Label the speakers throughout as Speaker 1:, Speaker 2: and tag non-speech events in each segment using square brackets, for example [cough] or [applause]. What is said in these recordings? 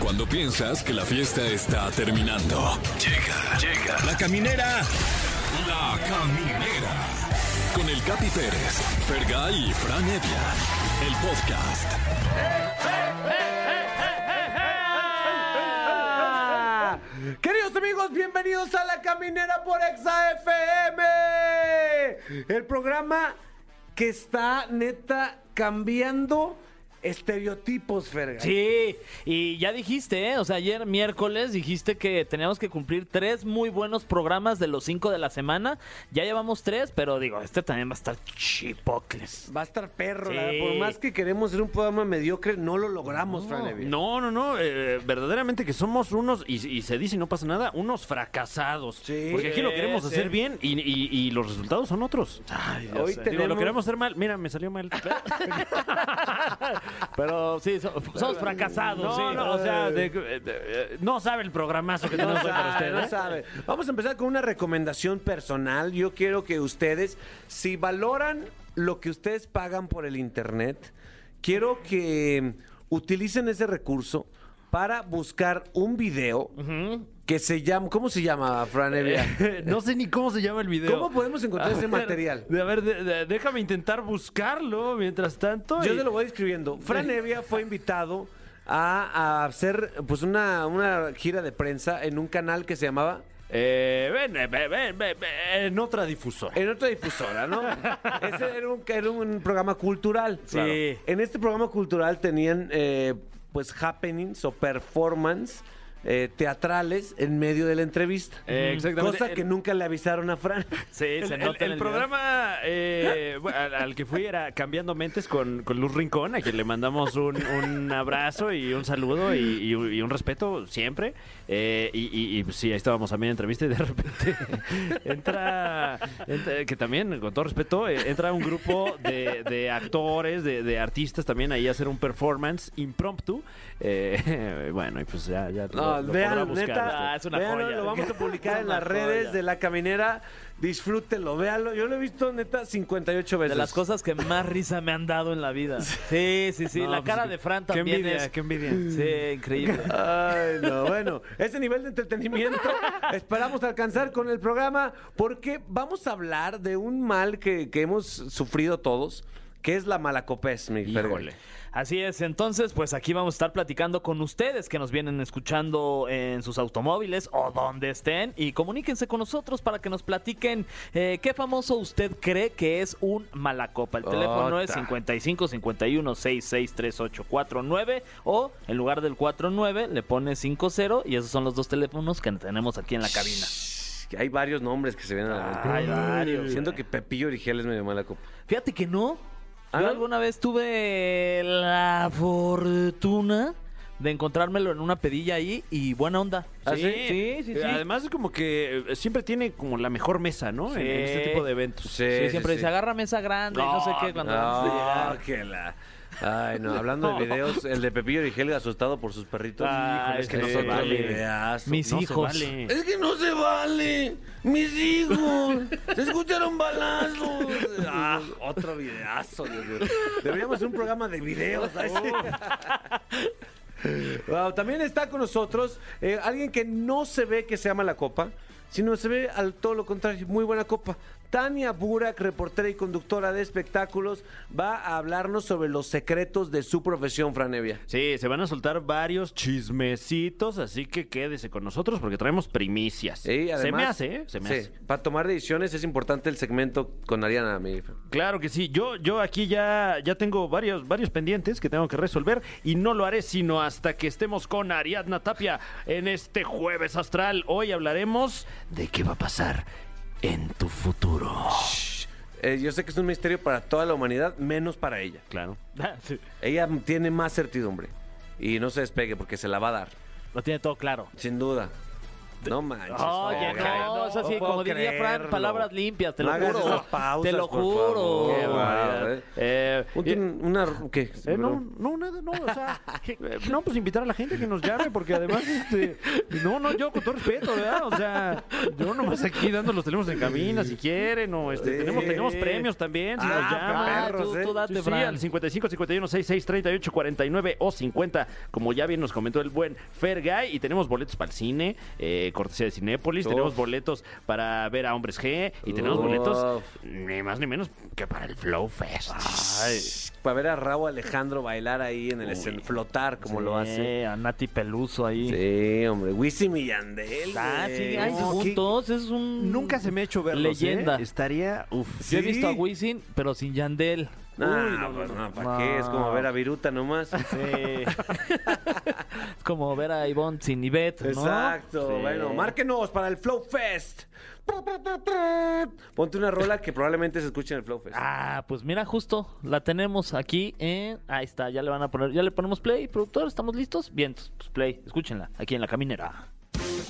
Speaker 1: Cuando piensas que la fiesta está terminando. Llega, llega. La caminera. La caminera. Con el Capi Pérez, Fergay y Fran Evia. El podcast.
Speaker 2: [laughs] Queridos amigos, bienvenidos a La Caminera por Exa FM. El programa que está neta cambiando estereotipos, Ferga.
Speaker 3: Sí, y ya dijiste, ¿eh? o sea, ayer miércoles dijiste que teníamos que cumplir tres muy buenos programas de los cinco de la semana. Ya llevamos tres, pero digo, este también va a estar chipocles.
Speaker 2: Va a estar perro,
Speaker 3: Sí.
Speaker 2: la verdad. por más que queremos ser un programa mediocre, no lo logramos, Fran Evia.
Speaker 4: No, no, no, eh, verdaderamente que somos unos, y, y se dice y no pasa nada, unos fracasados.
Speaker 2: Sí.
Speaker 4: Porque aquí lo
Speaker 3: Sí,
Speaker 4: queremos
Speaker 3: sí.
Speaker 4: hacer bien y, y- y los resultados son otros.
Speaker 2: Hoy
Speaker 4: Digo,
Speaker 2: tenemos...
Speaker 4: lo queremos hacer mal, mira, me salió mal.
Speaker 3: Pero sí, so- somos fracasados.
Speaker 4: [laughs] No,
Speaker 3: sí.
Speaker 4: no, o sea, de- de- de- no sabe el programazo que
Speaker 2: No
Speaker 4: tenemos hoy para
Speaker 2: sabe,
Speaker 4: usted.
Speaker 2: no
Speaker 4: ¿eh?
Speaker 2: sabe. Vamos a empezar con una recomendación personal. Yo quiero que ustedes, si valoran lo que ustedes pagan por el internet, quiero que utilicen ese recurso para buscar un video que se llama, ¿cómo se llama, Fran
Speaker 4: [laughs]
Speaker 2: Evia?
Speaker 4: no sé ni cómo se llama el video.
Speaker 2: ¿Cómo podemos encontrar
Speaker 4: A
Speaker 2: ese
Speaker 4: ver,
Speaker 2: material?
Speaker 4: de- a ver, de- de- déjame intentar buscarlo mientras tanto.
Speaker 2: Yo
Speaker 4: y-
Speaker 2: te lo voy describiendo. Fran Evia fue invitado a, a hacer pues una, una gira de prensa en un canal que se llamaba
Speaker 4: Eh, ven, eh, ven, ven, ven, ven, en otra difusora.
Speaker 2: En otra difusora,
Speaker 3: [laughs]
Speaker 2: ¿no? Ese era un, era un programa cultural.
Speaker 3: Sí.
Speaker 2: En este programa cultural tenían, eh, pues, happenings o performance eh, teatrales en medio de la entrevista.
Speaker 4: Eh, exactamente.
Speaker 2: Cosa que
Speaker 4: El-
Speaker 2: nunca le avisaron a
Speaker 3: [laughs]
Speaker 2: Fran.
Speaker 3: Sí,
Speaker 4: El,
Speaker 3: se
Speaker 4: el-
Speaker 3: nota en
Speaker 4: el
Speaker 3: video.
Speaker 4: programa eh, bueno, al, al que fui era Cambiando Mentes con, con Luz Rincón, a quien le mandamos un, un abrazo y un saludo y, y un- y un respeto siempre. Eh, y, y- y, pues, sí, ahí estábamos también en entrevista y de repente [laughs] entra, entra- que también, con todo respeto, eh, entra un grupo de, de actores, de, de artistas también ahí a hacer un performance impromptu. Eh, [laughs] bueno, y pues ya, ya
Speaker 2: No,
Speaker 4: lo- lo podrá
Speaker 2: vean,
Speaker 4: buscar
Speaker 2: neta,
Speaker 3: Ah, es una
Speaker 2: véanlo,
Speaker 3: joya.
Speaker 2: lo vamos a publicar
Speaker 3: [laughs] Es
Speaker 2: en
Speaker 3: una
Speaker 2: las redes
Speaker 3: joya.
Speaker 2: de La Caminera. Disfrútenlo, véanlo. Yo lo he visto, neta, 58 veces.
Speaker 3: De las cosas que más risa me han dado en la vida. Sí, sí, sí.
Speaker 4: No,
Speaker 3: la
Speaker 4: pues,
Speaker 3: cara
Speaker 4: qué-
Speaker 3: de Fran
Speaker 4: qué
Speaker 3: también
Speaker 4: envidia,
Speaker 3: es...
Speaker 4: qué envidia.
Speaker 3: Sí, increíble.
Speaker 2: Ay, no, bueno, ese nivel de entretenimiento esperamos alcanzar con el programa porque vamos a hablar de un mal que, que hemos sufrido todos, que es la malacopés, mi
Speaker 4: Híjole.
Speaker 2: Fergay.
Speaker 3: Así es, entonces pues aquí vamos a estar platicando con ustedes que nos vienen escuchando en sus automóviles o donde estén y comuníquense con nosotros para que nos platiquen eh, qué famoso usted cree que es un malacopa. El teléfono es
Speaker 4: Ota.
Speaker 3: 55 51 66 38 49 o en lugar del 49 le pone 50 y esos son los dos teléfonos que tenemos aquí en la cabina.
Speaker 2: Hay varios nombres que se vienen a la mente.
Speaker 3: Hay varios,
Speaker 2: Siento
Speaker 3: eh.
Speaker 2: que Pepillo Origel es medio malacopa.
Speaker 3: Fíjate que no.
Speaker 2: ¿Ah,
Speaker 3: Yo
Speaker 2: no?
Speaker 3: alguna vez tuve la fortuna de encontrármelo en una pedilla ahí y buena onda.
Speaker 4: ¿Ah, sí?
Speaker 3: sí, sí, sí.
Speaker 4: Eh, Además, es como que eh, siempre tiene como la mejor mesa, ¿no? En, en este
Speaker 3: Sí.
Speaker 4: tipo de eventos.
Speaker 3: Sí,
Speaker 2: Sí,
Speaker 3: siempre
Speaker 2: sí,
Speaker 3: dice,
Speaker 2: sí.
Speaker 3: agarra mesa grande, no, sé qué, cuando vamos a
Speaker 2: Ah,
Speaker 3: llegar.
Speaker 2: que la- Ay, no, hablando de videos, el de Pepillo Origel asustado por sus perritos.
Speaker 3: Ay,
Speaker 2: Híjole, es que no
Speaker 3: sí.
Speaker 2: son
Speaker 3: vale.
Speaker 2: videazo.
Speaker 3: Mis
Speaker 4: No se
Speaker 3: hijos.
Speaker 4: vale.
Speaker 2: Es que no se vale. Mis hijos. Se escucharon balazos. Ah, otro videazo. Dios mío. Deberíamos hacer un programa de videos. ¿sabes? Oh. Wow, también está con nosotros eh, alguien que no se ve que se llama la copa, sino se ve al todo lo contrario, muy buena copa. Tania Burak, reportera y conductora de espectáculos, va a hablarnos sobre los secretos de su profesión, Franevia.
Speaker 4: Sí, se van a soltar varios chismecitos, así que quédese con nosotros porque traemos primicias.
Speaker 2: Sí,
Speaker 4: se me
Speaker 2: además-
Speaker 4: hace, ¿eh? Se me
Speaker 2: Sí,
Speaker 4: hace.
Speaker 2: Para tomar decisiones es importante el segmento con Ariana, mi
Speaker 4: Claro que sí. Yo, yo aquí ya, ya tengo varios, varios pendientes que tengo que resolver y no lo haré sino hasta que estemos con Ariadna Tapia en este jueves astral. Hoy hablaremos de qué va a pasar en tu futuro.
Speaker 2: Eh, yo sé que es un misterio para toda la humanidad, menos para ella.
Speaker 4: Claro.
Speaker 3: [laughs] Sí,
Speaker 2: Ella tiene más certidumbre. Y no se despegue porque se la va a dar,
Speaker 3: Lo tiene todo claro.
Speaker 2: sin duda. No manches.
Speaker 3: Oye,
Speaker 2: Fer.
Speaker 3: no, no, es así,
Speaker 2: No puedo
Speaker 3: como diría Fran,
Speaker 2: creerlo.
Speaker 3: palabras limpias, te lo
Speaker 2: No hagas
Speaker 3: juro.
Speaker 2: esas pausas,
Speaker 3: te lo
Speaker 2: por
Speaker 3: juro.
Speaker 2: favor.
Speaker 4: Qué
Speaker 2: wow,
Speaker 4: barbaridad.
Speaker 2: eh.
Speaker 4: Eh,
Speaker 2: Un-
Speaker 4: y-
Speaker 2: una, ¿Qué?
Speaker 4: Eh, no, no, nada, no, o
Speaker 2: [laughs]
Speaker 4: sea, eh, no, pues invitar a la gente que nos llame, porque además, este, no, no, yo con todo respeto, ¿verdad? O sea, yo nomás aquí dando los teléfonos en cabina, si quieren, o este,
Speaker 2: Sí.
Speaker 4: tenemos, tenemos premios también, si
Speaker 2: Ah,
Speaker 4: nos llaman.
Speaker 3: Ah,
Speaker 2: perros,
Speaker 3: tú,
Speaker 2: eh.
Speaker 3: tú date,
Speaker 4: Sí, sí,
Speaker 3: Fran.
Speaker 4: al 55 51 66 38 49 o 50, como ya bien nos comentó el buen Fergay. Y tenemos boletos para el cine, eh, cortesía de Cinépolis.
Speaker 2: Uf.
Speaker 4: Tenemos boletos para ver a Hombres G. Y tenemos
Speaker 2: Uf.
Speaker 4: boletos, ni más ni menos, que para el Flow Fest.
Speaker 2: Para ver a Raúl Alejandro bailar ahí en el escen- flotar como lo hace.
Speaker 3: Sí, A Nati Peluso ahí.
Speaker 2: Sí, hombre. Wisin y Yandel.
Speaker 3: Ah, sí,
Speaker 2: güey.
Speaker 3: ay,
Speaker 2: No, qué-
Speaker 3: juntos, es un...
Speaker 4: Nunca se me ha hecho verlos, ¿eh?
Speaker 3: Leyenda.
Speaker 4: Estaría, uff.
Speaker 3: Yo he
Speaker 2: Sí.
Speaker 3: visto a Wisin, pero sin Yandel.
Speaker 2: No,
Speaker 4: Uy, no,
Speaker 2: pues
Speaker 4: no,
Speaker 2: no, ¿para qué? Es como ver a Viruta nomás.
Speaker 4: [laughs]
Speaker 3: Es como ver a Ivonne sin Ivette,
Speaker 2: [laughs]
Speaker 3: ¿no?
Speaker 2: Exacto.
Speaker 4: Sí.
Speaker 2: Bueno, márquenos para el Flow Fest. Ponte una rola que probablemente se escuche en el Flow Fest.
Speaker 3: Ah, pues mira, justo la tenemos aquí en... Ahí está, ya le van a poner... Ya le ponemos play, productor, ¿estamos listos? Bien, pues play, escúchenla, aquí en La Caminera.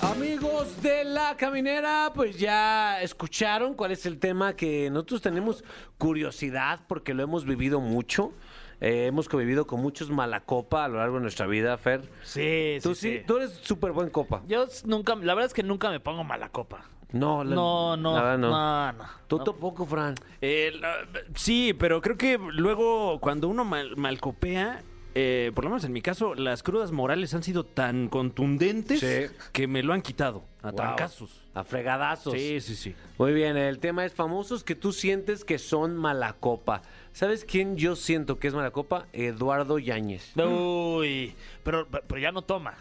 Speaker 2: Amigos de la caminera, pues ya escucharon cuál es el tema que nosotros tenemos curiosidad porque lo hemos vivido mucho. Eh, hemos convivido con muchos malacopa a lo largo de nuestra vida, Fer.
Speaker 3: Sí,
Speaker 2: tú sí, tú eres súper buen copa.
Speaker 3: Yo s- nunca, la verdad es que nunca me pongo mala copa.
Speaker 2: No, la-
Speaker 3: No, no,
Speaker 2: la verdad
Speaker 3: no,
Speaker 2: no.
Speaker 3: no.
Speaker 2: Tú
Speaker 3: no.
Speaker 2: tampoco, Fran.
Speaker 4: Eh, la- sí, pero creo que luego cuando uno mal, malcopea, eh, por lo menos en mi caso, las crudas morales han sido tan contundentes
Speaker 2: Sí.
Speaker 4: que me lo han quitado a
Speaker 2: Wow.
Speaker 4: trancazos.
Speaker 2: A fregadazos.
Speaker 4: Sí, sí, sí.
Speaker 2: Muy bien, el tema es famosos que tú sientes que son malacopa. ¿Sabes quién yo siento que es malacopa? Eduardo Yáñez.
Speaker 3: Uy, pero, pero ya no toma.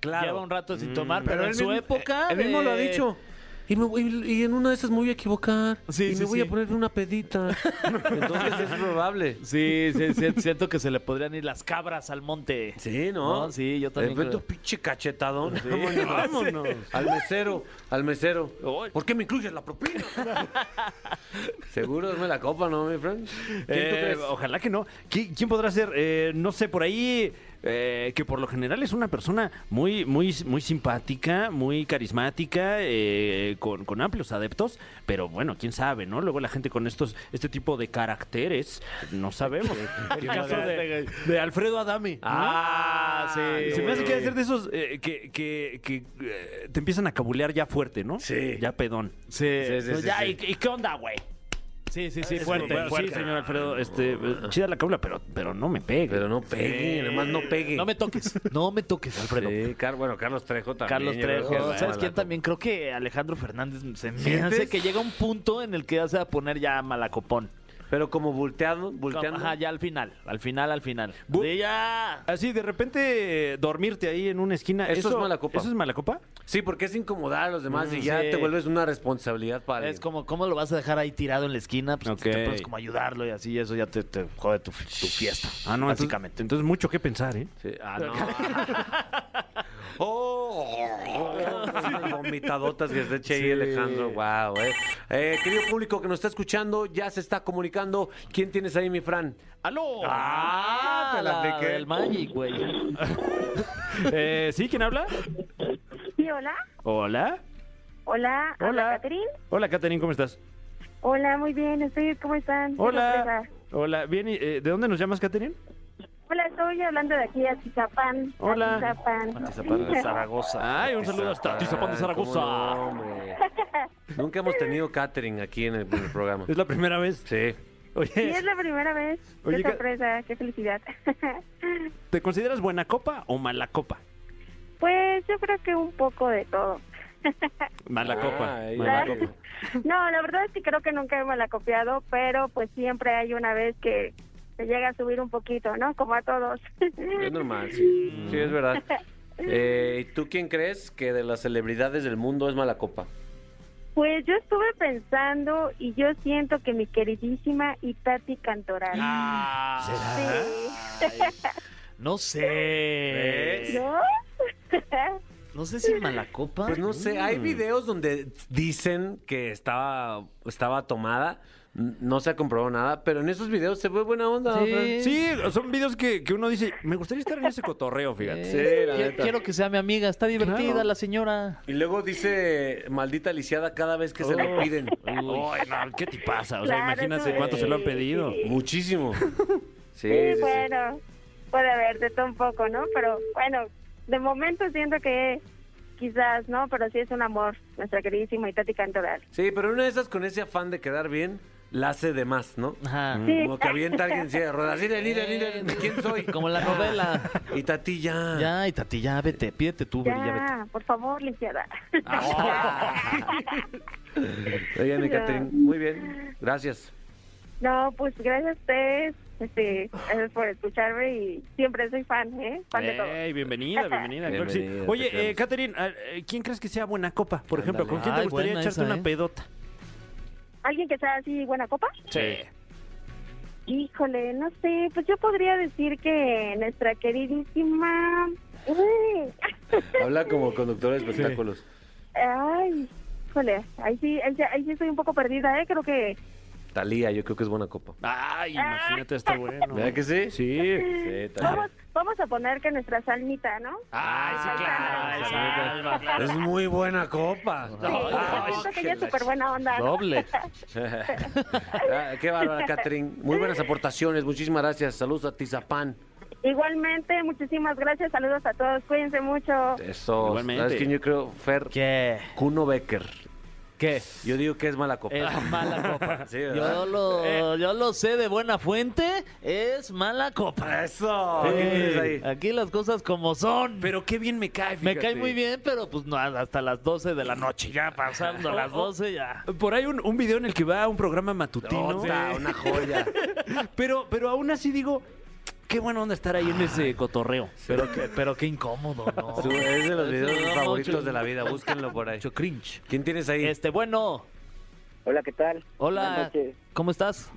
Speaker 2: Claro.
Speaker 3: Lleva un rato sin tomar, pero, eh, en
Speaker 2: él
Speaker 3: su
Speaker 2: mismo- eh,
Speaker 3: época.
Speaker 2: Él mismo
Speaker 3: de-
Speaker 2: lo ha dicho. Y, me voy- y en una de esas me voy a equivocar.
Speaker 3: Sí,
Speaker 2: y me
Speaker 3: sí,
Speaker 2: voy
Speaker 3: sí.
Speaker 2: a poner una
Speaker 3: [laughs]
Speaker 2: pedita. Entonces es probable.
Speaker 3: Sí, sí, sí, [laughs] siento que se le podrían ir las cabras al monte.
Speaker 2: Sí, ¿no?
Speaker 3: No, sí, yo también
Speaker 2: De repente
Speaker 3: creo.
Speaker 2: un pinche cachetadón. [laughs]
Speaker 4: Vámonos.
Speaker 2: Vámonos. Al mesero, al mesero.
Speaker 4: Ay.
Speaker 2: ¿Por qué me incluyes la
Speaker 3: [laughs]
Speaker 2: propina? Seguro es la copa, ¿no, mi friend? ¿Quién tú
Speaker 4: Eh,
Speaker 2: crees?
Speaker 3: oh.
Speaker 4: ojalá que no. ¿Qui- ¿Quién podrá ser? Eh, no sé, por ahí eh, que por lo general es una persona muy, muy, muy simpática, muy carismática, eh, con, con amplios adeptos, pero bueno, quién sabe, ¿no? Luego la gente con estos, este tipo de caracteres, no sabemos. [laughs] El caso de, de Alfredo Adame. ¿no?
Speaker 2: Ah, sí.
Speaker 4: Se me hace que debe ser de esos eh, que, que- que, eh, te empiezan a cabulear ya fuerte, ¿no?
Speaker 2: Sí.
Speaker 4: Ya pedón.
Speaker 3: Sí,
Speaker 2: Sí, sí,
Speaker 4: Pues
Speaker 2: sí,
Speaker 4: ya,
Speaker 2: sí.
Speaker 4: ¿y, y qué onda, güey?
Speaker 3: sí, sí, sí, fuerte,
Speaker 4: Fuerte, fuerte.
Speaker 3: fuerte.
Speaker 4: señor Alfredo, este, chida la cabula, pero, pero no me pegue.
Speaker 2: Pero no pegue, además no pegue.
Speaker 3: No me toques, no me toques, Alfredo.
Speaker 2: Sí, Car- bueno, Carlos Trejo también.
Speaker 3: Carlos
Speaker 2: yo creo
Speaker 3: Trejo,
Speaker 2: que es
Speaker 3: ¿sabes quién
Speaker 2: malacopa.
Speaker 3: también? Creo que Alejandro Fernández se me
Speaker 2: ¿Sientes?
Speaker 3: hace que llega un punto en el que ya se va a poner ya malacopón.
Speaker 2: Pero como volteado, volteando.
Speaker 3: Ajá, ya al final, al final, al final.
Speaker 4: Bu-
Speaker 3: Sí, ya.
Speaker 4: Así, de repente, eh, dormirte ahí en una esquina.
Speaker 2: Eso es mala copa.
Speaker 4: ¿Eso es mala copa?
Speaker 2: Sí, porque es incomodar a los demás y ya
Speaker 3: sí.
Speaker 2: te vuelves una responsabilidad para
Speaker 3: Es como, ¿cómo lo vas a dejar ahí tirado en la esquina? Pues te- te
Speaker 4: Ok.
Speaker 3: puedes como ayudarlo y así, y eso ya te, te jode tu, fi- tu fiesta.
Speaker 4: Ah, no,
Speaker 3: básicamente.
Speaker 4: Entonces, entonces mucho que pensar, ¿eh?
Speaker 2: alguien. Sí, Ah,
Speaker 3: [laughs]
Speaker 2: no. oh, unas [laughs] vomitadotas que se eche ahí
Speaker 4: Sí.
Speaker 2: Alejandro. Wow, eh. Eh, Querido público que nos está escuchando, ya se está comunicando. ¿Quién tienes ahí, mi Fran?
Speaker 4: ¡Aló!
Speaker 2: Ah, te la apliqué.
Speaker 3: El Magic, güey.
Speaker 4: Eh, ¿Sí? ¿Quién habla?
Speaker 5: Sí, hola.
Speaker 4: Hola.
Speaker 5: Hola,
Speaker 4: Hola.
Speaker 5: hola, Catherine.
Speaker 4: Hola, Catherine, ¿cómo estás?
Speaker 5: Hola, muy bien. ¿Ustedes cómo están? Qué
Speaker 4: Hola.
Speaker 5: sorpresa.
Speaker 4: Hola, bien. y, eh, ¿De dónde nos llamas, Catherine?
Speaker 5: Hola, estoy hablando de aquí de Atizapán.
Speaker 4: Hola.
Speaker 5: Atizapán.
Speaker 3: Zaragoza.
Speaker 4: Ay, un saludo hasta Atizapán de
Speaker 2: Ay, ¿cómo
Speaker 4: Zaragoza.
Speaker 2: no, hombre? Nunca hemos tenido catering aquí en el, en el
Speaker 4: [laughs]
Speaker 2: programa.
Speaker 4: Es la primera vez.
Speaker 2: Sí.
Speaker 5: [laughs] Sí,
Speaker 4: Oye,
Speaker 5: es la primera vez.
Speaker 4: Oye,
Speaker 5: qué
Speaker 4: Ca-
Speaker 5: sorpresa, qué felicidad. [laughs]
Speaker 4: ¿te consideras buena copa o mala copa?
Speaker 5: pues yo creo que un poco de todo.
Speaker 2: Ah,
Speaker 4: Mala copa.
Speaker 2: Ay.
Speaker 4: Mala
Speaker 5: Ay.
Speaker 4: copa.
Speaker 5: No, la verdad es que creo que nunca he malacopiado, pero pues siempre hay una vez que se llega a subir un poquito, ¿no? Como a todos. [laughs]
Speaker 2: Es normal,
Speaker 4: Mm.
Speaker 2: sí. Sí, es verdad. Eh, ¿Tú quién crees que de las celebridades del mundo es mala copa?
Speaker 5: pues yo estuve pensando y yo siento que mi queridísima Itati Cantoral.
Speaker 3: Ah.
Speaker 2: Ah.
Speaker 5: Sí.
Speaker 3: No sé.
Speaker 5: [laughs] ¿No?
Speaker 3: No sé si mala copa.
Speaker 2: Pues no sé, hay
Speaker 3: Mm.
Speaker 2: videos donde dicen que estaba, estaba tomada, n- no se ha comprobado nada, pero en esos videos se ve buena onda.
Speaker 3: Sí.
Speaker 2: Fran.
Speaker 4: Sí, son videos que, que uno dice, me gustaría estar en ese cotorreo, fíjate.
Speaker 2: Sí, la
Speaker 3: Qui-
Speaker 2: neta.
Speaker 3: Eh, Quiero que sea mi amiga, está divertida
Speaker 4: Claro.
Speaker 3: la señora.
Speaker 2: Y luego dice maldita lisiada cada vez que se lo
Speaker 4: Oh.
Speaker 2: piden.
Speaker 4: Ay, no, ¿qué te pasa? O sea,
Speaker 5: Claro,
Speaker 4: imagínate
Speaker 5: eso
Speaker 4: cuánto se lo han
Speaker 5: es.
Speaker 4: pedido.
Speaker 2: Muchísimo. Sí,
Speaker 5: Sí,
Speaker 2: sí, sí.
Speaker 5: bueno, puede haber de todo un poco, ¿no? Pero bueno, de momento siento que quizás, ¿no? Pero sí es un amor, nuestra queridísima Itati Cantoral.
Speaker 2: Sí, pero una de esas con ese afán de quedar bien, la hace de más, ¿no? Mm,
Speaker 3: Ajá.
Speaker 5: Sí.
Speaker 2: Como que avienta a alguien en silla de ruedas. Mira, mira, mira, mira, ¿quién soy? Ah.
Speaker 3: Como en la novela.
Speaker 2: Y Tati ya.
Speaker 3: Ya, y Tati, ya vete, pídete tú, Bri, ya vete.
Speaker 5: Ya, por favor, lisiada.
Speaker 2: Oye, mi
Speaker 5: Ya.
Speaker 2: Catherine, muy bien, gracias.
Speaker 5: [laughs] No, pues gracias a ustedes. Este, gracias por escucharme y siempre soy fan, ¿eh? Fan de todo.
Speaker 4: Ey, bienvenida, bienvenida. claro que sí.
Speaker 2: Bienvenida, te
Speaker 4: Oye, eh,
Speaker 2: queremos.
Speaker 4: Catherine, ah, eh, ¿quién crees que sea buena copa? Por ejemplo, ¿con
Speaker 2: Ándale.
Speaker 4: quién te
Speaker 3: Ay,
Speaker 4: gustaría
Speaker 3: buena
Speaker 4: echarte
Speaker 3: esa,
Speaker 4: una
Speaker 3: ¿eh?
Speaker 4: pedota?
Speaker 5: ¿Alguien que sea así buena copa?
Speaker 4: Sí.
Speaker 5: Híjole, no sé, pues yo podría decir que nuestra queridísima... Uy,
Speaker 2: Habla como conductor de espectáculos.
Speaker 5: Ay, híjole, ahí sí, ahí, sí- ahí sí estoy un poco perdida, ¿eh? Creo que...
Speaker 2: Talía, yo creo que es buena copa.
Speaker 5: Ah.
Speaker 4: Ay, imagínate, está bueno.
Speaker 2: ¿Verdad que sí?
Speaker 4: Sí.
Speaker 2: Sí,
Speaker 5: Vamos, vamos a poner que nuestra salmita, ¿no?
Speaker 4: Ay,
Speaker 5: Ah,
Speaker 4: sí, claro. Salva, claro.
Speaker 2: Es muy buena copa.
Speaker 5: Sí, siento que ella es súper buena onda. ¿no?
Speaker 3: Doble.
Speaker 2: Ah, Qué bárbara, Catherine. Muy buenas aportaciones, muchísimas gracias. Saludos a Tizapán.
Speaker 5: Igualmente, muchísimas gracias, saludos a todos, cuídense mucho. [laughs]
Speaker 2: Eso.
Speaker 4: Igualmente.
Speaker 2: ¿Sabes quién yo creo? Fer
Speaker 3: ¿Qué?
Speaker 2: Kuno Becker.
Speaker 3: ¿Qué?
Speaker 2: Yo digo que es mala copa. Ah,
Speaker 3: Es mala
Speaker 2: [laughs]
Speaker 3: copa.
Speaker 2: Sí, ¿verdad?
Speaker 3: yo,
Speaker 4: Eh.
Speaker 3: lo, yo lo sé de buena fuente, es mala copa.
Speaker 4: Ah,
Speaker 2: Eso. ¿Qué tienes
Speaker 3: Ey,
Speaker 2: ahí?
Speaker 3: aquí las cosas como son.
Speaker 4: Pero qué bien me cae,
Speaker 3: Me
Speaker 4: fíjate.
Speaker 3: cae muy bien, pero pues no, hasta las 12 de la noche. Ya
Speaker 4: [laughs]
Speaker 3: pasando las 12 ya.
Speaker 4: Por ahí un, un video en el que va a un programa matutino.
Speaker 2: Nota, una
Speaker 4: [laughs]
Speaker 2: joya.
Speaker 3: [laughs]
Speaker 4: Pero, pero aún así digo, qué buena onda estar ahí en ese cotorreo.
Speaker 3: Pero qué, pero qué incómodo, ¿no?
Speaker 2: Su- Es de los
Speaker 3: Eso
Speaker 2: videos
Speaker 3: da
Speaker 2: favoritos
Speaker 3: mucho-
Speaker 2: de la vida. Búsquenlo por ahí.
Speaker 3: Mucho cringe.
Speaker 2: ¿Quién tienes ahí?
Speaker 3: Este, bueno,
Speaker 6: Hola, ¿qué tal? Buenas
Speaker 3: hola.
Speaker 6: noches.
Speaker 3: ¿Cómo estás?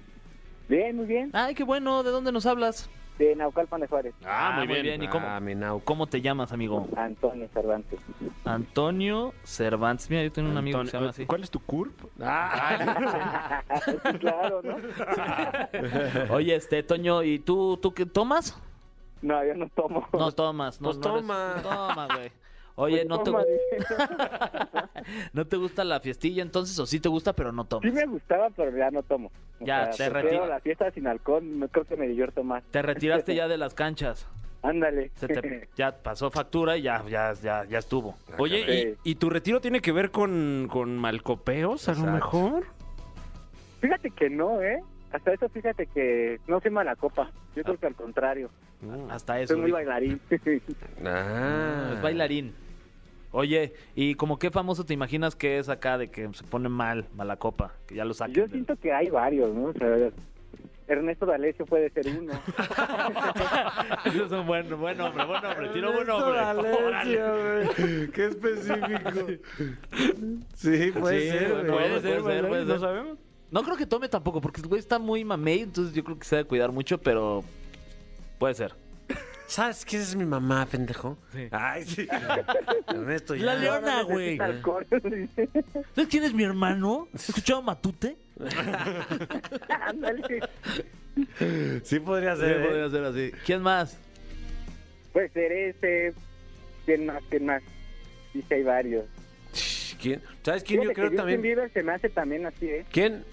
Speaker 6: Bien, muy bien.
Speaker 3: Ay, qué bueno, ¿de dónde nos hablas?
Speaker 6: De Naucalpan de Juárez,
Speaker 3: Ah, muy bien, ¿y cómo?
Speaker 2: Ah, mi Nau.
Speaker 3: ¿Cómo te llamas, amigo?
Speaker 6: Antonio Cervantes. [laughs]
Speaker 3: Antonio Cervantes. Mira, yo tengo un amigo que se llama así.
Speaker 4: Antonio, ¿Cuál es tu curp?
Speaker 2: Ah. [laughs]
Speaker 6: claro, ¿no?
Speaker 3: [laughs] Oye, este, Toño, ¿y tú, tú qué tomas?
Speaker 6: No, yo no tomo.
Speaker 3: No tomas, no,
Speaker 2: Pues
Speaker 3: no eres-
Speaker 2: toma.
Speaker 3: toma,
Speaker 6: [laughs]
Speaker 3: güey. Oye, no te,
Speaker 6: Pues, Toma,
Speaker 3: gu-
Speaker 6: dice.
Speaker 3: [laughs] ¿no te gusta la fiestilla entonces o sí te gusta pero no
Speaker 6: Sí
Speaker 3: tomas?
Speaker 6: me gustaba, pero ya no tomo. O
Speaker 3: Ya, te
Speaker 6: prefiero
Speaker 3: retiro.
Speaker 6: la fiesta sin alcohol, no creo que me divierto más.
Speaker 3: Te retiraste ya de las canchas.
Speaker 6: Ándale.
Speaker 3: Se te- ya pasó factura y ya, ya, ya, ya estuvo.
Speaker 4: Oye, ¿y, y tu retiro tiene que ver con, con malcopeos, a lo
Speaker 2: Exacto.
Speaker 4: mejor?
Speaker 6: [laughs] Fíjate que no, ¿eh? Hasta eso fíjate que no soy mala copa. Yo
Speaker 3: Ah.
Speaker 6: creo que al contrario.
Speaker 3: Hasta eso.
Speaker 6: Soy muy
Speaker 3: dijo. [laughs]
Speaker 6: bailarín.
Speaker 2: Ah.
Speaker 3: Mm, Es bailarín. Oye, ¿y como qué famoso te imaginas que es acá de que se pone mal, mala copa? Que ya lo saquen.
Speaker 6: Yo
Speaker 3: del- [laughs]
Speaker 6: siento que hay varios, ¿no? O sea, Ernesto D'Alessio puede ser uno.
Speaker 3: Ese es un buen, buen hombre, buen hombre. Tiro buen
Speaker 2: Ernesto
Speaker 3: hombre.
Speaker 2: D'Alessio,
Speaker 3: Órale.
Speaker 2: güey. Qué
Speaker 3: [laughs]
Speaker 2: específico. Sí, puede
Speaker 4: Sí,
Speaker 2: ser, güey.
Speaker 3: puede ser, puede ser, puede
Speaker 4: ¿No
Speaker 3: ser.
Speaker 4: sabemos?
Speaker 3: No creo que tome tampoco, porque el güey está muy mamey, entonces yo creo que se debe cuidar mucho, pero puede ser.
Speaker 2: ¿Sabes quién es mi mamá, pendejo? Ay,
Speaker 3: [laughs]
Speaker 2: sí. Ernesto, ya.
Speaker 3: La Leona, [laughs] güey.
Speaker 6: [laughs] Alcohol.
Speaker 3: ¿Sabes quién es mi hermano? ¿Has escuchado Matute?
Speaker 6: Ándale.
Speaker 2: Sí podría
Speaker 3: Sí,
Speaker 2: ser. ¿eh?
Speaker 3: podría ser así. ¿Quién [laughs] más?
Speaker 6: Puede ser ese. ¿Quién más? ¿Quién más? Sí, sí hay varios.
Speaker 2: ¿Quién? ¿Sabes quién yo
Speaker 6: Fíjate que
Speaker 2: creo
Speaker 6: Justin
Speaker 2: también?
Speaker 6: Bieber se me hace también así, ¿eh?
Speaker 2: ¿Quién?